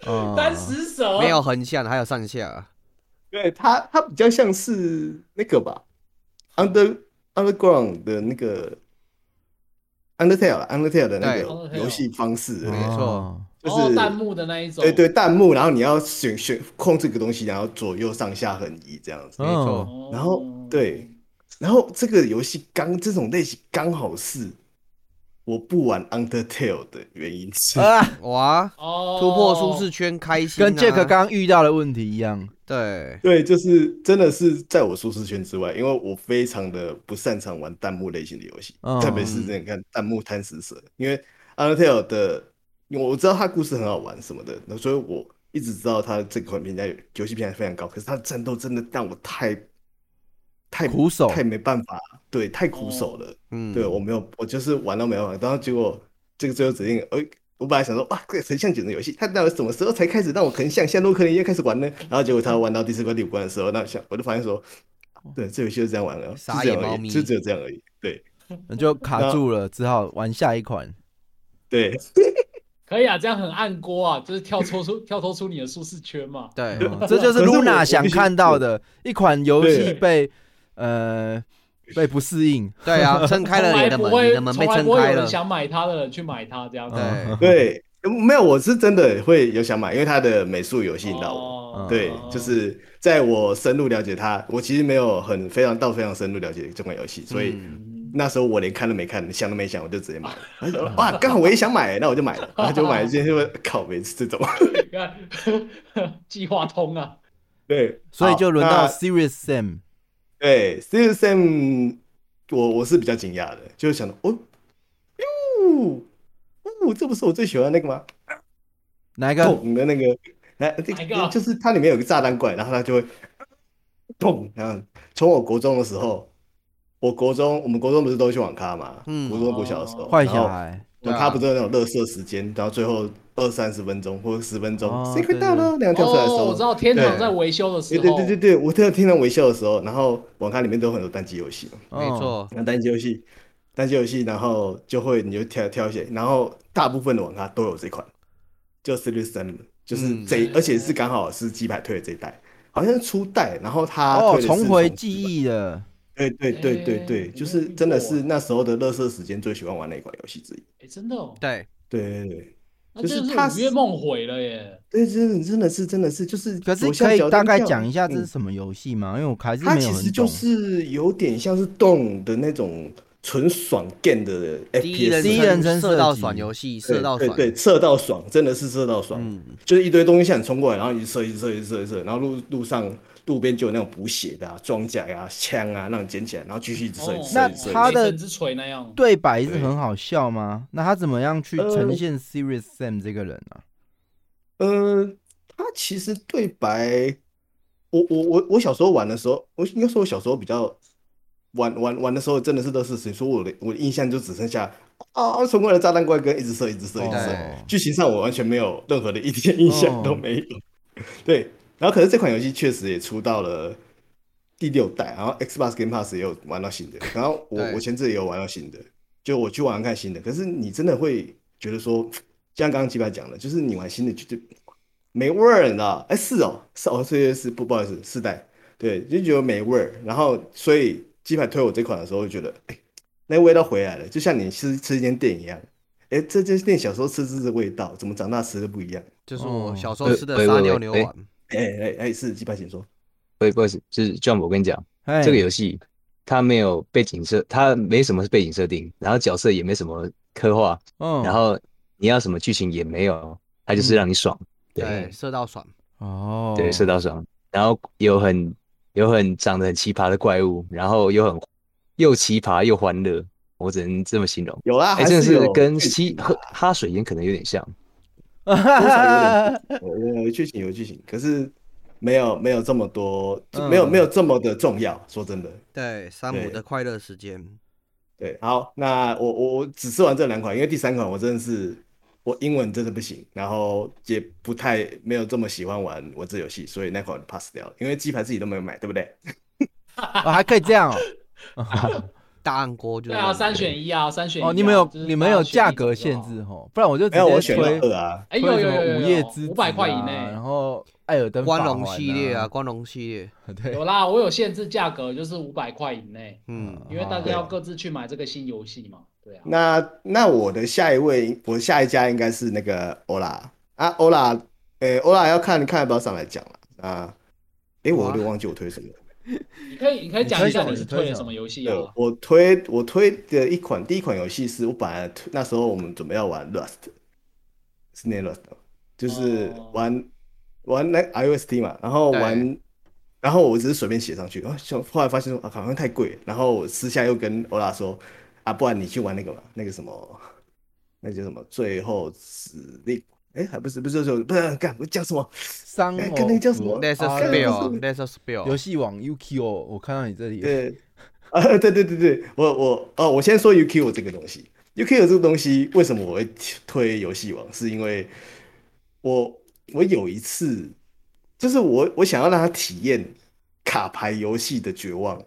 嗯
单食蛇
没有横向，还有上下。
对它它比较像是那个吧，Under Underground 的那个 Undertale 啊 Undertale 的那个
对
游戏方式的那个，
没错
哦
就是哎
哦，弹幕的那一种。
对对，弹幕，然后你要选选控制一个东西，然后左右上下横移这样子。
没错
嗯
哦，
然后对然后这个游戏刚这种类型刚好是我不玩 Undertale 的原因之一。
啊，
哇，
哦，
突破舒适圈，开心啊。
跟 Jack 刚刚遇到的问题一样，
对，
对，就是真的是在我舒适圈之外，因为我非常的不擅长玩弹幕类型的游戏，
嗯
特别是这你看弹幕贪食蛇，因为 Undertale 的，因为我知道它故事很好玩什么的，那所以我一直知道它这款评价游戏评价非常高，可是它的战斗真的让我太太
苦手
太没办法，对，太苦手了。
嗯，
对我没有，我就是玩到没办法，然后结果这个最后指令，哎、我本来想说，哇，这个横向卷的游戏，它到底什么时候才开始让我横向像洛克人一样开始玩呢？然后结果他玩到第四关、第五关的时候，那想我就发现说，对，这游戏就这样玩了，就
傻
这
眼
样而
猫咪
已，就只有这样而已。对
那就卡住了，只好玩下一款。
对，
可以啊， 这样很按锅啊，就是跳脱出跳脱出你的舒适圈嘛。
对，哦
嗯这就是
可是我
Luna
我
想
必须
看到的一款游戏
对
被呃被不适应，
对啊，撑开了你的
从来
门，
不会
你的门被
从来
撑
不会
开
有
了
人。想买它的人去买它这样子。
嗯
对，
对，没有，我是真的会有想买，因为它的美术有吸引到我。
哦
对，就是在我深入了解它，我其实没有很非常到非常深入了解这款游戏， 所以。
嗯
那时候我连看都没看，想都没想，我就直接买了。然后想说哇，刚好我也想买，那我就买了，然后就买了。今天就 靠，每次这种，
你看 计划通啊，
对，
所以就轮
好
到
那
Serious Sam。
对 s t e v e Sam，我我是比较惊讶的，就是想到哦，哟，哦，这不是我最喜欢的那个吗？
哪一个？
痛的那个，来，这
哪一个
就是它里面有个炸弹怪，然后它就会呃砰！然后从我国中的时候，我国中我们国中不是都会去网咖嘛？
嗯
国中国小的时候，
坏
然后
小孩，
网咖不是有那种乐色时间，然后最后二三十分钟或者十分钟
哦，
谁快到了，那样跳出来的时
哦，
候，
我知道天堂
对
在维修的时
对
候，
对对对对，我听到听到微笑的时候，然后网咖里面都有很多单机游戏，
哦
嗯
没
哦
错，
那单机游戏，单机游戏，然后就会你就挑挑选，然后大部分的网咖都有这款，就 Serious Sam，就是
嗯
这，而且是刚好是鸡排推的这一代，好像是初代，然后他
哦，
推的是
重回
从
记忆了。
对对对对对，
哎
就是真的是那时候的乐色时间最喜欢玩的一款游戏之一。
哎，真的哦，
对，
对对对，
那
就是
是
它
五月梦回了耶，
对，真的真的是真的是就是
可是
左下
可以
角
大
右
概
下
讲一下这
嗯
是什么游戏吗？因为我还是
它
没
其
有
实
很
就
懂。
是有点像是动的那种纯爽 game 的
第一
FPS，
人
哦第一人称
射到
射击
爽游戏，
对
射到
对
爽，
对，射到爽，真的是射到爽，
嗯，
就是一堆东西向你冲过来，然后你射一射一射一射，然后路路上路边就有那种补血的、啊、装甲呀、枪啊，让你捡起来，然后继续一直射一直
哦
射
那
哦
一直射。
它的
雷神之锤那样，
对白是
对
很好笑吗？那他怎么样去
呃
呈现 Serious Sam 这个人啊呢、
呃，它其实对白，我我我我小时候玩的时候，我应该说我小时候比较玩玩玩的时候，真的是乐视谁说我的我的印象就只剩下啊冲过来的炸弹怪跟一直射一直射一直射，
哦
剧情上我完全没有任何的一点印象都没有。对，然后可是这款游戏确实也出到了第六代，然后 Xbox Game Pass 也有玩到新的，然后我
对
我前置也有玩到新的，就我去玩玩看新的，可是你真的会觉得说，像刚刚鸡排讲的，就是你玩新的就就没味儿，你知道？哎，是哦，是哦，这是不不好意思，四代，对，就觉得没味儿。然后所以鸡排推我这款的时候，就觉得哎，那味道回来了，就像你吃吃一间店一样，哎，这间店小时候吃是这味道，怎么长大吃的不一样？
就是我
哦
小时候
呃
吃的
喂
撒
喂
尿
喂
牛
哎
丸，
哎哎哎，是鸡排请说。
不不好意思，就是 Jump，我跟你讲，
啊？
哎
这个游
戏
戏它没有背景设，它没什么背景设定，然后角色也没什么刻画，
哦
嗯，
然后你要什么剧情也没有，它
嗯
就是让你爽，
对，射到爽，
哦，
对， 射到爽，然后有很有很长得很奇葩的怪物，然后又很又奇葩又欢乐，我只能这么形容。
有啦，
哎，
还
这个是
有
跟
剧
吸
情啊
喝哈水烟可能有点像，
多少有点剧情有有剧情有剧情，可是没有没有这么多，
嗯
没有没有这么的重要。说真的，
对，山姆
对
的快乐时间，
对，好，那我我我只试完这两款，因为第三款我真的是我英文真的不行，然后也不太没有这么喜欢玩文字游戏，所以那款我就 pass 掉了，因为鸡排自己都没有买，对不对？
哦还可以这样哦。
大暗锅就是
对
这
啊，
样
三选一啊，三选一啊
哦，你们有
就是
你们有价格限
大家选一啊
制哦，不然我就直
没有，哎我
接
选
推
了二啊，
哎，
推
有
什
有
么
有有
午
有
夜之
五百
子
块以
啊
内
然。后艾尔登
光
法
荣
环
系列啊，
啊，
光荣系列，
对
有，啦，我有限制价格，就是五百块以内，
嗯，
因为大家
啊对
要各自去买这个新游戏嘛。对啊，
那那我的下一位，我下一家应该是那个欧拉啊，欧拉，呃，欧拉要看看要不要上来讲了啊。诶，我有点忘记我推什么了。
你可以你可以讲
推
一下
什么
你是
你推
推了
什
什
么
么游戏
对
啊，？
我推我推的一款第一款游戏是我本来推那时候我们准备要玩 Rust，是那 Rust，吗就是
哦
玩玩那 iOST 嘛，然后玩，然后我只是随便写上去，啊，想后来发现说啊好像太贵了，然后我私下又跟欧拉说啊，不然你去玩那个吧，那个什么，那叫什么最后指令。哎，还不是不是说不是干我讲什么？
商
哎，跟那个叫什么？
那是
啊
spill，那是
游
spill，
戏网 UQ，哦我看到你这里，
对，啊， 对对对对，我我哦，我先说 UQ 这个东西，UQ 这个东西为什么我会推游戏王，是因为我我有一次，就是我我想要让他体验卡牌游戏的绝望，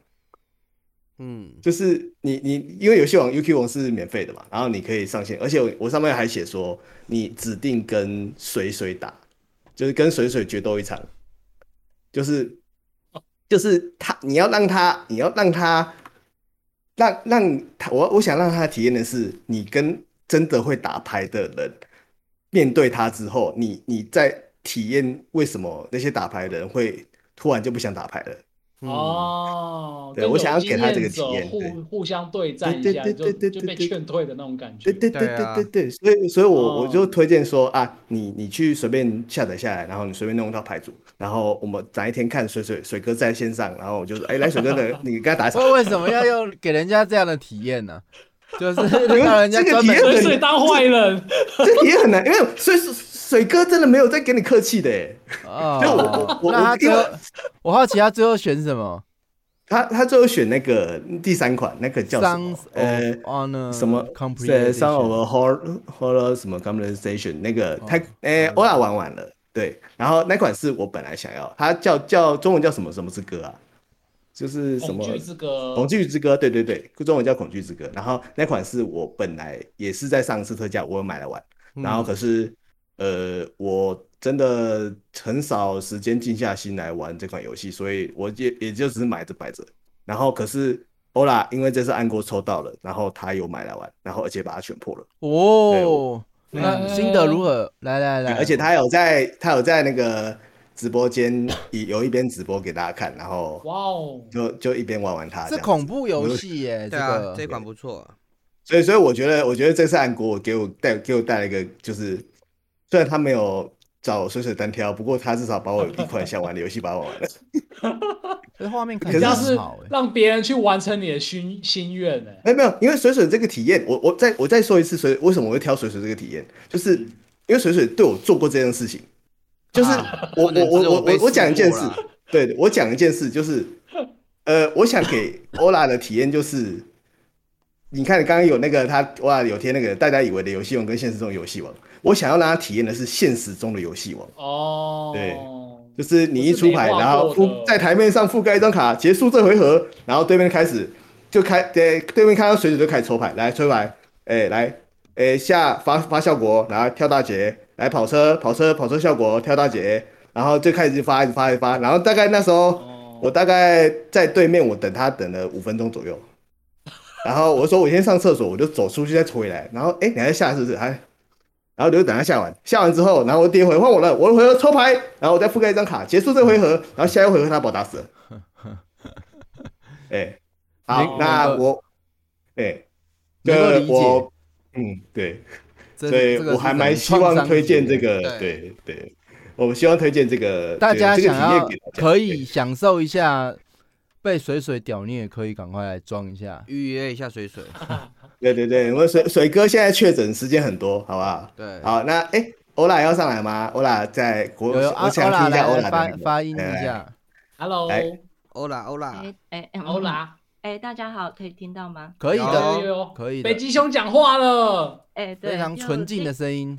嗯，
就是你你因为游戏王 UQ 王是免费的嘛，然后你可以上线，而且我我上面还写说你指定跟水水打，就是跟水水决斗一场，就是就是他你要让他你要让他让让他我我想让他体验的是你跟真的会打牌的人面对他之后，你你在体验为什么那些打牌的人会突然就不想打牌了。
嗯，
哦，
对
跟
我
有
想要给他这个
经验者
体验
互互相对战一
对
下，
对对对
就
对
就被
对
劝退的那种感觉。
对对对
对啊
对对对，所以所以我我
哦
就推荐说啊，你你去随便下载下来，然后你随便弄一套牌组，然后我们哪一天看水水水哥在线上，然后我就说，哎，来水哥的，你跟他打一场
为为什么要用给人家这样的体验呢？ 就是让人家
这个
专
体
门
验
所
很
以所以当坏人，
这题也很难，因为水水水哥真的没有在跟你客气的，哎，
哦
就我我，我
那他
因
最
为
后，我好奇他最后选什么？
他他最后选那个第三款，那个叫什
Sons
么
of？
呃，
Honor
什么？
Comprehension
呃，Sons of Horror Horror 什么 Compensation 那个他呃，欧拉玩完了，对。然后那款是我本来想要，它叫叫中文叫什么？什么之歌啊？ 就是什
恐
么？
惧之歌，
恐惧之歌，对对对，中文叫恐惧之歌。然后那款是我本来也是在上次特价，我有买来玩。然后可是，呃，我真的很少时间静下心来玩这款游戏，所以我也也就只是买着摆着。然后可是欧拉因为这次安国抽到了，然后他有买来玩，然后而且把它选破了，
哦，
对
那心得如何？来来来，
而且他有在他有在那个直播间以有一边直播给大家看，然后
哇哦，
就就一边玩玩它。
是
这样子
恐怖游戏耶，这
对啊，这
个
款不错啊。
所以，所以我觉得，我觉得这次韩国给我带给我带来一个，就是虽然他没有找我水水单挑，不过他至少把我一款想玩的游戏把我玩完了。
这画面看起
可
你要
来很
是
是
好哎。
让别人去完成你的心心愿呢、
哎，没有，因为水水这个体验，我我再我再说一次水，为什么我会挑水水这个体验，就是因为水水对我做过这件事 情，就是
啊
我
不能
我我
只有
我
被
我我讲一件
识
事
破啦，
对我讲一件事就是，呃，我想给欧拉的体验就是，你看刚刚有那个他欧拉有贴那个大家以为的游戏王跟现实中的游戏王，我想要让他体验的是现实中的游戏王。
哦，
对就是你一出牌，
不是没
然
画过
后
的
覆在台面上覆盖一张卡，结束这回合，然后对面开始就开，对对面看到水准就开始抽牌，来抽牌，哎来，哎下发发效果，然后跳大节，来跑车跑车跑车效果跳大节，然后就开始发一直发一直发，然后大概那时候
哦
我大概在对面，我等他等了五分钟左右，然后我说我先上厕所，我就走出去再回来，然后哎你还在下是不是？还然后留等他下完，下完之后，然后第一回合换我了，我的回合抽牌，然后我再覆盖一张卡，结束这回合，然后下一回合他把我打死了。 哎、好，那我，哎、
能够
这
理解
我，嗯，对，
这
所以
这个
我
是
还
很
蛮希望推荐这
创伤级的
个，对对，我希望推荐这个，
大家
对这个
想
体验
要
给大家
可以享受一下被水水屌虐，可以赶快来装一下。
预约一下水水，
对对对，我水水哥现在确诊时间很多，好不好？
对
好，那哎。欧拉要上来吗？欧拉在国，
有有
我
啊，
想听一
来
下欧
来
拉的
发
那个哎
发音一
来来
下，
，Hello，
来
欧啦欧
啊
啦，
哎哎哎，
欧，拉，
哎，大家好，可以听到吗？
可以的
有
哦，
有有，
可以的
北极熊讲话了，
哎，对，
非常
就
纯净的
第。
声音。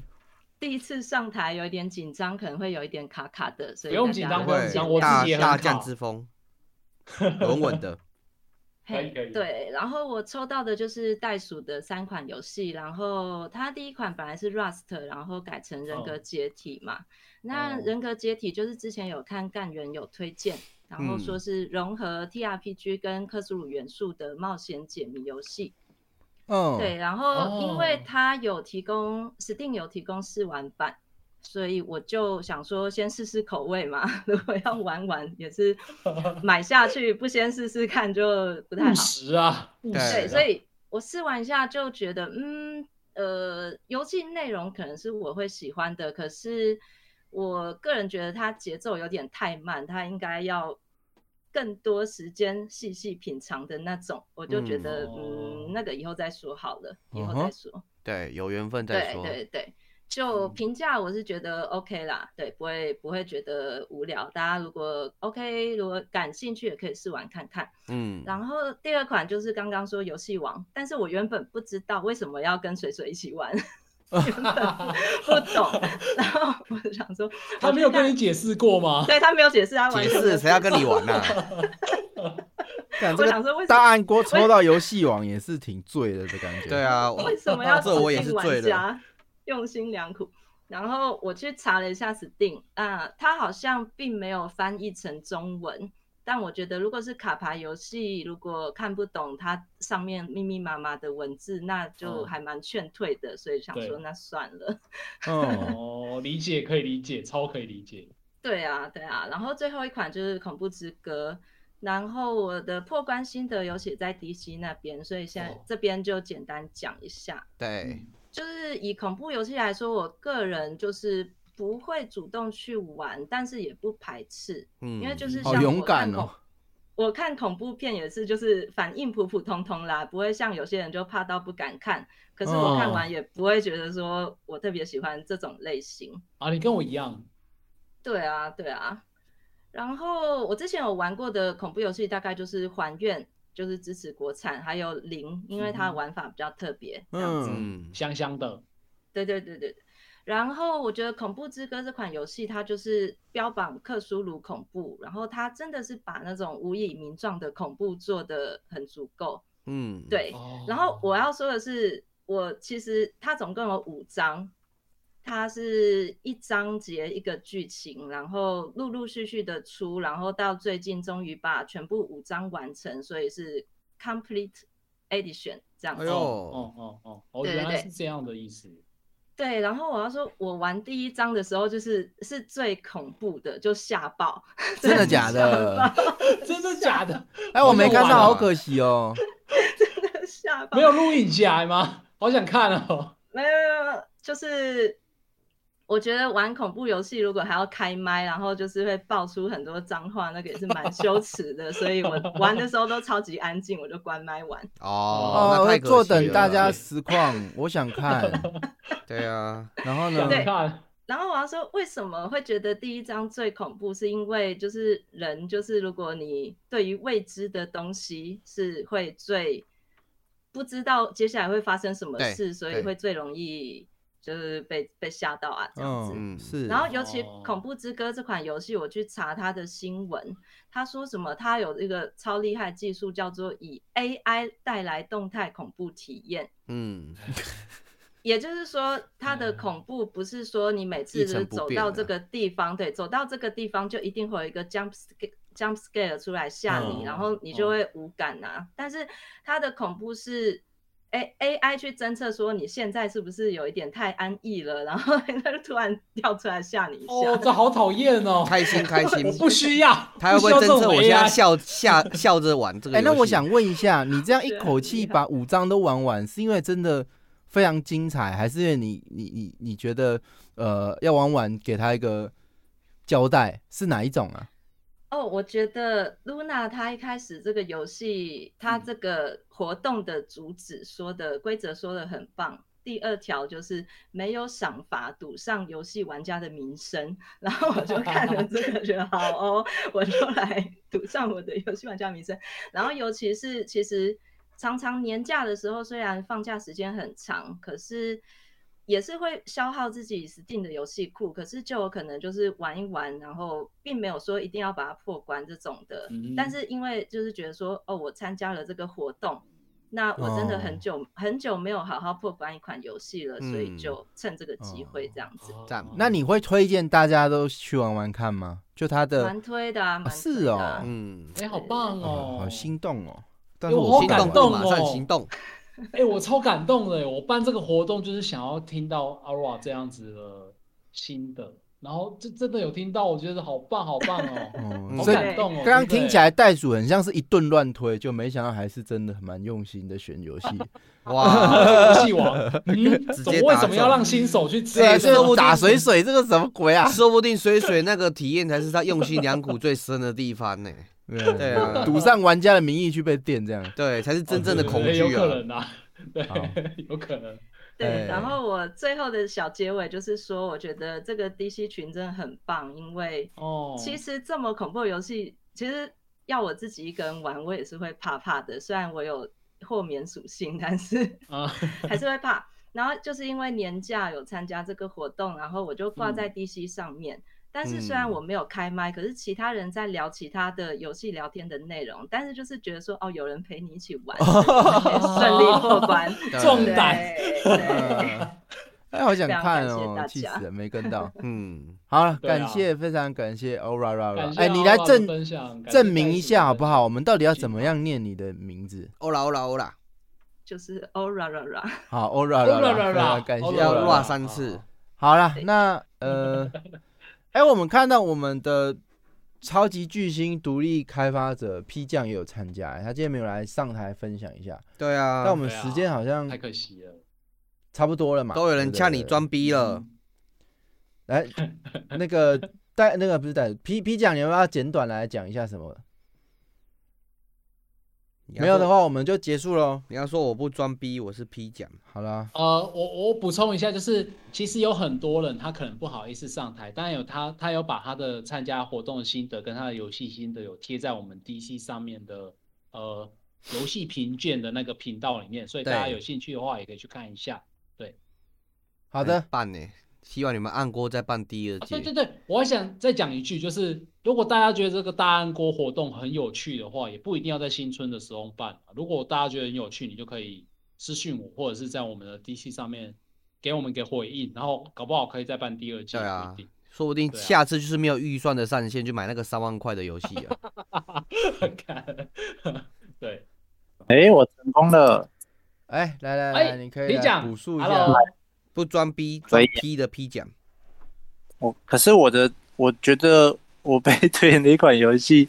第一次上台有一点紧张，可能会有一点卡卡的，所以
不用
大
紧
家
张
不
不用紧张
见
我
会
谅
大
自己也很
大
好
将之风， 稳稳的。
可以可以
对，然后我抽到的就是袋鼠的三款游戏，然后它第一款本来是 Rust，然后改成人格
哦
解体嘛。那
哦
人格解体就是之前有看干员有推荐，然后
嗯
说是融合 TRPG 跟克苏鲁元素的冒险解谜游戏。
嗯，
对，然后因
哦
为它有提供 Steam 有提供试玩版，所以我就想说先试试口味嘛。 如果要玩玩，也是买下去不先试试看就不太
务
好。
实啊，务实
对，
啊，
所以我试玩一下就觉得，嗯，呃，游戏内容可能是我会喜欢的，可是我个人觉得它节奏有点太慢，它应该要更多时间细细品尝的那种。我就觉
嗯
得，
哦
嗯，那个以后再说好了，以后
嗯
再
哼
说。
对，有缘分再说。
对对对，就评价我是觉得 OK 啦，对，不会不会觉得无聊。大家如果 OK，如果感兴趣也可以试玩看看。
嗯，
然后第二款就是刚刚说游戏王，但是我原本不知道为什么要跟水水一起玩， 原本
哦
不懂。 然后我就想说，
他没有跟你解释过吗？
对他没有解释，他完
解
全没有
释谁要跟你玩啊呢？
干
我
这
想
个
说为什
大
么
暗锅抽到游戏王也是挺醉的的感觉。
对， 啊，
为 什么要
这我也
指
是
定
醉
玩
了。
家用心良苦？然后我去查了一下 Steam，啊、它好像并没有翻译成中文。但我觉得，如果是卡牌游戏，如果看不懂它上面密密麻麻的文字，那就
嗯
哦
还蛮劝退的。所以想
对
说，那算了。
嗯，
哦，理解可以理解，超可以理解。
对啊，对啊，然后最后一款就是《恐怖之歌》，然后我的破关心得有写在 DC 那边，所以现在
哦
这边就简单讲一下。
对，
就是以恐怖游戏来说，我个人就是不会主动去玩，但是也不排斥，
嗯，
因为就是
好
像
勇
我看
敢
恐
哦
我看恐怖片也是，就是反应普普通通啦，不会像有些人就怕到不敢看。可是我看
哦
完也不会觉得说我特别喜欢这种类型。
啊，你跟我一样，
对啊，对啊。然后我之前有玩过的恐怖游戏，大概就是还愿，就是支持国产，还有零，因为它的玩法比较特别。这样子。
嗯，
香香的，
对对对对。对然后我觉得《恐怖之歌》这款游戏，它就是标榜克苏鲁恐怖，然后它真的是把那种无以名状的恐怖做得很足够。
嗯，，
对，
哦
然后我要说的是，我其实它总共有五章，它是一章节一个剧情，然后陆陆续续的出，然后到最近终于把全部五章完成，所以是 complete edition 这样
哎
子。
呦，
哦哦哦，哦，
对对
原来
对
是这样的意 思。
对，然后我要说，我玩第一章的时候，就是是最恐怖的，就吓爆，
真的假的？
真的
啊
假的？
哎，我没看
好像
到，
完了
好可惜哦。
真的吓爆。
没有录影起来吗？好想看哦。
没有没有，没有就是我觉得玩恐怖游戏如果还要开麦，然后就是会爆出很多脏话，那个也是蛮羞耻的，所以我玩的时候都超级安静，我就关麦玩。
哦，那
哦，
太可惜
坐等
了
大家实况，我想看。
对啊，
然后呢
想？
对
看，哦
然后我要说，为什么会觉得第一章最恐怖，是因为就是人，就是如果你对于未知的东西是会最不知道接下来会发生什么
对
事，所以
对
会最容易就是被被吓到啊这样子。
嗯
嗯，是。
然后，尤其
哦
《恐怖之歌》这款游戏，我去查它的新闻，他说什么？他有一个超厉害的技术，叫做以 AI 带来动态恐怖体验。
嗯，
也就是说，它的
嗯
恐怖不是说你每次
一
就
成
是
不
走
变
到
啊
的
这个地方，对，走到这个地方就一定会有一个 jump scare jump scare 出来吓你，
嗯
然后你就会无感啊。但是它的恐怖是。A A I 去侦测说你现在是不是有一点太安逸了，然后 它就突然跳出来吓你一下。
哦，这好讨厌哦。
开心开心
我，不需要，
他会不会
需要这
侦
种
测我现在
AI
笑笑笑着玩这个
哎，
游戏？
那我想问一下，你这样一口气
对很厉害
把五章都玩完，是因为真的非常精彩，还是因为你你你你觉得呃要玩完给他一个交代是哪一种啊？
哦，我觉得 Luna 她一开始这个游戏，它这个活动的主旨说的规则说的很棒。第二条就是没有赏罚，赌上游戏玩家的名声。然后我就看了这个，觉得好哦，我就来赌上我的游戏玩家名声。然后尤其是其实常常年假的时候，虽然放假时间很长，可是也是会消耗自己 Steam 的游戏库。可是就有可能就是玩一玩，然后并没有说一定要把它破关这种的。
嗯
但是因为就是觉得说，哦，我参加了这个活动。那我真的很
哦
久、很久没有好好破关一款游戏了，所以
嗯
就趁这个机会这样子。
哦
赞
那你会推荐大家都去玩玩看吗？就他的
蛮推的啊，
哦
蛮
是
推的
哦
啊
嗯，
哎，好棒哦
哦，，好心动哦。但
哎
是
我
我
好
不
行
敢
感
动
动
玩
马
哦
上行动，
哎，我超感动的耶。我办这个活动就是想要听到 Aura 这样子的新的，然后这真的有听到，我觉得好棒，好棒哦，
哦，
好
所以
感动哦。
刚刚
真的
听起来袋鼠很像是一顿乱推，就没想到还是真的蛮用心的选游戏。
哇，
游戏 王，嗯，
直
怎
接
么为
打
什么要
中
让新手去吃
对
哎
啊，
这个
这打水水这个什么鬼啊？
说不定水水那个体验才是他用心良苦最深的地方 呢。对啊
赌上玩家的名义去被电这样。
对，才是真正的恐
对有
惧
可
啊！
能啊，对
好，
有可能。
对，然
哎
后我最后的小结尾就是说，我觉得这个 DC 群真的很棒，因为
哦，
其实这么恐怖的游戏，其实要我自己一个人玩，我也是会怕怕的。虽然我有豁免属性，但是
啊，
还是会怕。然后就是因为年假有参加这个活动，然后我就挂在 DC 上面。但是虽然
嗯
我没有开麦，可是其他人在聊其他的游戏聊天的内容，但是就是觉得说哦，有人陪你一起玩，可以 顺利 过关。
中胆，
对对
嗯 哎，好想看
非常
哦，
感谢
气
大家
死了，没跟到。
嗯，
好了，
对啊
感谢，非常感谢 Ora
感
Ra
谢
哎，你来
Aura 的
证
分享感谢
证明一
袋鼠的
下好不好？
分
我们到底要怎么样念你的名字？
欧哦啦欧啦欧啦，
就是 o ra ra ra。
好，Ora 哦
Aura Ra
Ra，非常感谢
Aura
要
Ra
Ora
哇
Ra
三次，
好了，那呃，哎，我们看到我们的超级巨星独立开发者 P 酱也有参加，哎他今天没有来上台分享一下，
对啊
但我，们
对啊
时间好像
太可惜了。
差不多了嘛，
都有人
对不
呛
对
你装逼了，
来，那个带那个不是带 P P 讲，你要不要简短来讲一下什么？
你要
没有的
说，
话我们就结束喽。
你要说我不装逼，我是 P 奖。
好啦，
呃，我我补充一下，就是其实有很多人他可能不好意思上台，当然有他他有把他的参加活动的心得跟他的游戏心得有贴在我们 DC 上面的呃游戏评鉴的那个频道里面，所以大家
对
有兴趣的话也可以去看一下。
好的
哎
很，棒哎呢，希望你们按锅再办第二
啊
届。
对对对，我还想再讲一句，就是如果大家觉得这个大安锅活动很有趣的话，也不一定要在新春的时候办啊。如果大家觉得很有趣，你就可以私信我，或者是在我们的 DC 上面给我们给回应，然后搞不好可以再办第二季，
对
不
啊
一定。
说不定
对啊
下次就是没有预算的上限，就买那个三万块的游戏 啊。
看，对，
哎、我成功了，
哎，来来
哎
来，你可以
你
来
讲
补述一下。
，Hello，
不装逼，
可
装
以
P 的 P 奖。
我可是我的，我觉得我被推荐的一款游戏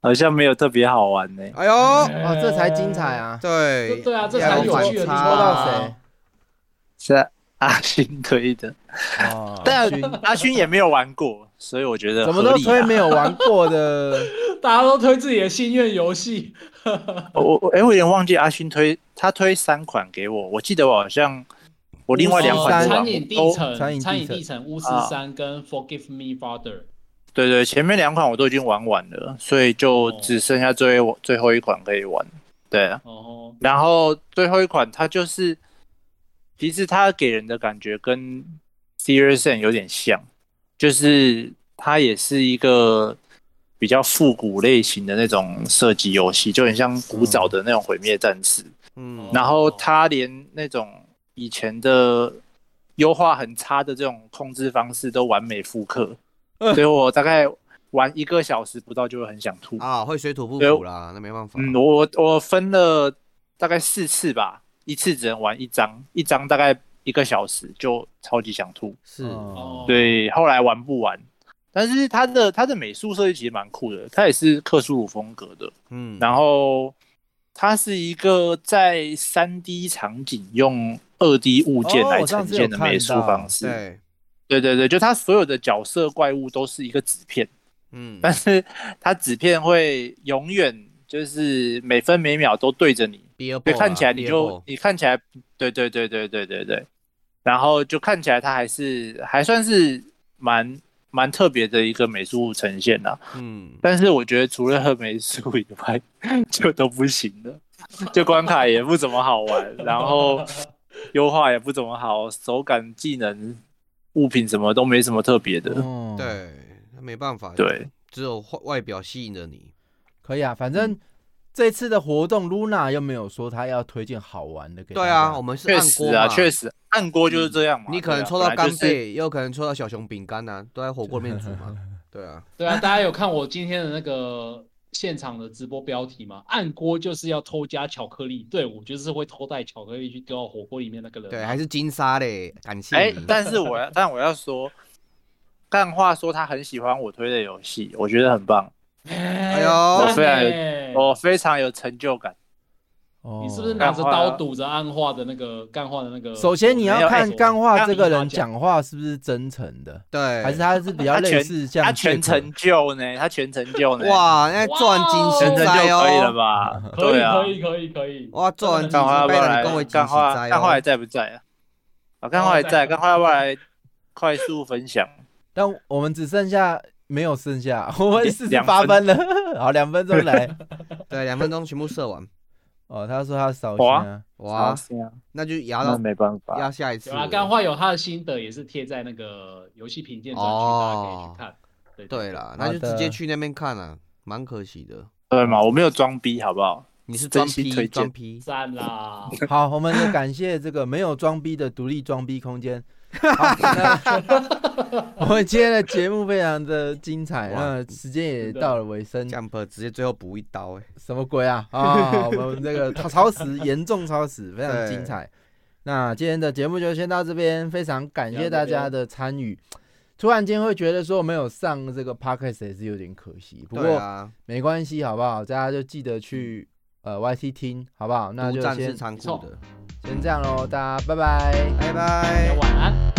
好像没有特别好玩呢、
哎呦，
哦，这才精彩！啊！
对
对，对啊，这
要
才
有
有
反
趣的地
抽
方
差
到
啊
谁？？
是阿勋推的，
哦，
但
勋
阿勋也没有玩过，所以我觉得
怎么
合
都
理啊
推没有玩过的，
大家都推自己的心愿游戏，
我我我哎、我有点忘记阿勋推他推三款给我，我记得我好像 我另外两款
53
呃
是玩
餐
过
饮地
都
城、
餐饮地
餐饮
城
地城、巫师
啊
三跟 Forgive Me Father。
对对，前面两款我都已经玩完了，所以就
哦
只剩下最后最后一款可以玩。对啊，
哦，
然后最后一款它就是，其实它给人的感觉跟 Serious Sam 有点像，就是它也是一个比较复古类型的那种射击游戏，就很像古早的那种毁灭战士。
嗯，
然后它连那种以前的优化很差的这种控制方式都完美复刻，
呃
所以我大概玩一个小时不到就会很想吐。
啊，会水土不
对
服啦，那没办法。
嗯，我我分了大概四次吧，一次只能玩一张，一张大概一个小时就超级想吐，
是
嗯
哦，
对，后来玩不完。但是它的它的美术设计其实蛮酷的，它也是克苏鲁风格的，
嗯，
然后它是一个在三 D 场景用二 D 物件
哦
来
我上
呈
次有
现的美术
看到
方式。
对，
对对对，就它所有的角色怪物都是一个纸片，
嗯，
但是它纸片会永远就是每分每秒都对着你，
第二
所
波
哦
以看
啊
起来你就你看起来，对对对对对对对，然后就看起来它还是还算是蛮蛮特别的一个美术呈现啦、
嗯，
但是我觉得除了美术以外， 就都不行了，就关卡也不怎么好玩，然后优化也不怎么好，手感、技能、物品什么都没什么特别的。
哦，
对，那没办法，
对，
只有外外表吸引了你。
可以啊，反正这次的活动，Luna 又没有说她要推荐好玩的给大
对
家。
啊，我们是
确
按
实
锅嘛
啊，确。实按锅就是这样嘛。
你可
对
能
啊
抽到
本来
干
就是
贝，也有可能抽到小熊饼干呐，都在火锅里面煮 嘛。对啊，
对啊，大家有看我今天的那个现场的直播标题吗？按锅就是要偷加巧克力，对我就是会偷带巧克力去丢到火锅里面那个人。
对，还是金沙嘞，感谢
哎、
你。
但是我要，但我要说，干话说他很喜欢我推的游戏，我觉得很棒，
哎
哎呦
我虽然哦
然
我非常有成就感。
哦
你是不是拿着
啊
刀堵着暗化的那个干化的那个？哎
首先你要看干话这个人
讲。
讲话是不是真诚的，
对，
还是他是比较
他
类
全
似像
他全
Jack
程就呢，他全程就呢，，
哇，那赚金星
全程就
灾
可以了
哦。
吧？
可以
对啊，
可以可以可以，
哇做完
真的
干
干
花
话
要
被
不
人
要来
恭维？惊
干
喜哉
花
哦
哎
干花还在不在啊？啊，干花
哦
还在，干花要不要来快速分享？
但我们只剩下没有剩 下，我们
两
四十八分了，好，两分钟 来。
对，两分钟全部射完，
哦，他说他少
哇
钱、啊，
哇，
是啊，很
那就压
那
到
没办法，
压下一次
有
了。
啦，干话有他的心得也是贴在那个游戏评鉴专区，大家可以去看。对
哦对，啦，
好
那就直接
的
去那边看啊，蛮可惜的。
对嘛？我没有装逼，好不好？
你是装
真心
批
推
装
荐，
批，
赞啦！
好，我们也感谢这个没有装逼的独立装逼空间。 好，那我们今天的节目非常的精彩，
哇
那时间也
真的
到了尾声，
jump 直接最后补一刀哎、
什么鬼啊？啊，我们这个超超时，严重超时，非常精彩。那今天的节目就先到这边，非常感谢大家的参与。突然间会觉得说没有上这个 podcast 也是有点可惜，不
对
过
啊，
没关系，好不好？大家就记得去呃 YT 听，好不好？那
独
就
占
先
是残酷
错
的，
先这样喽，大家拜拜。
拜
大
拜
家。晚安。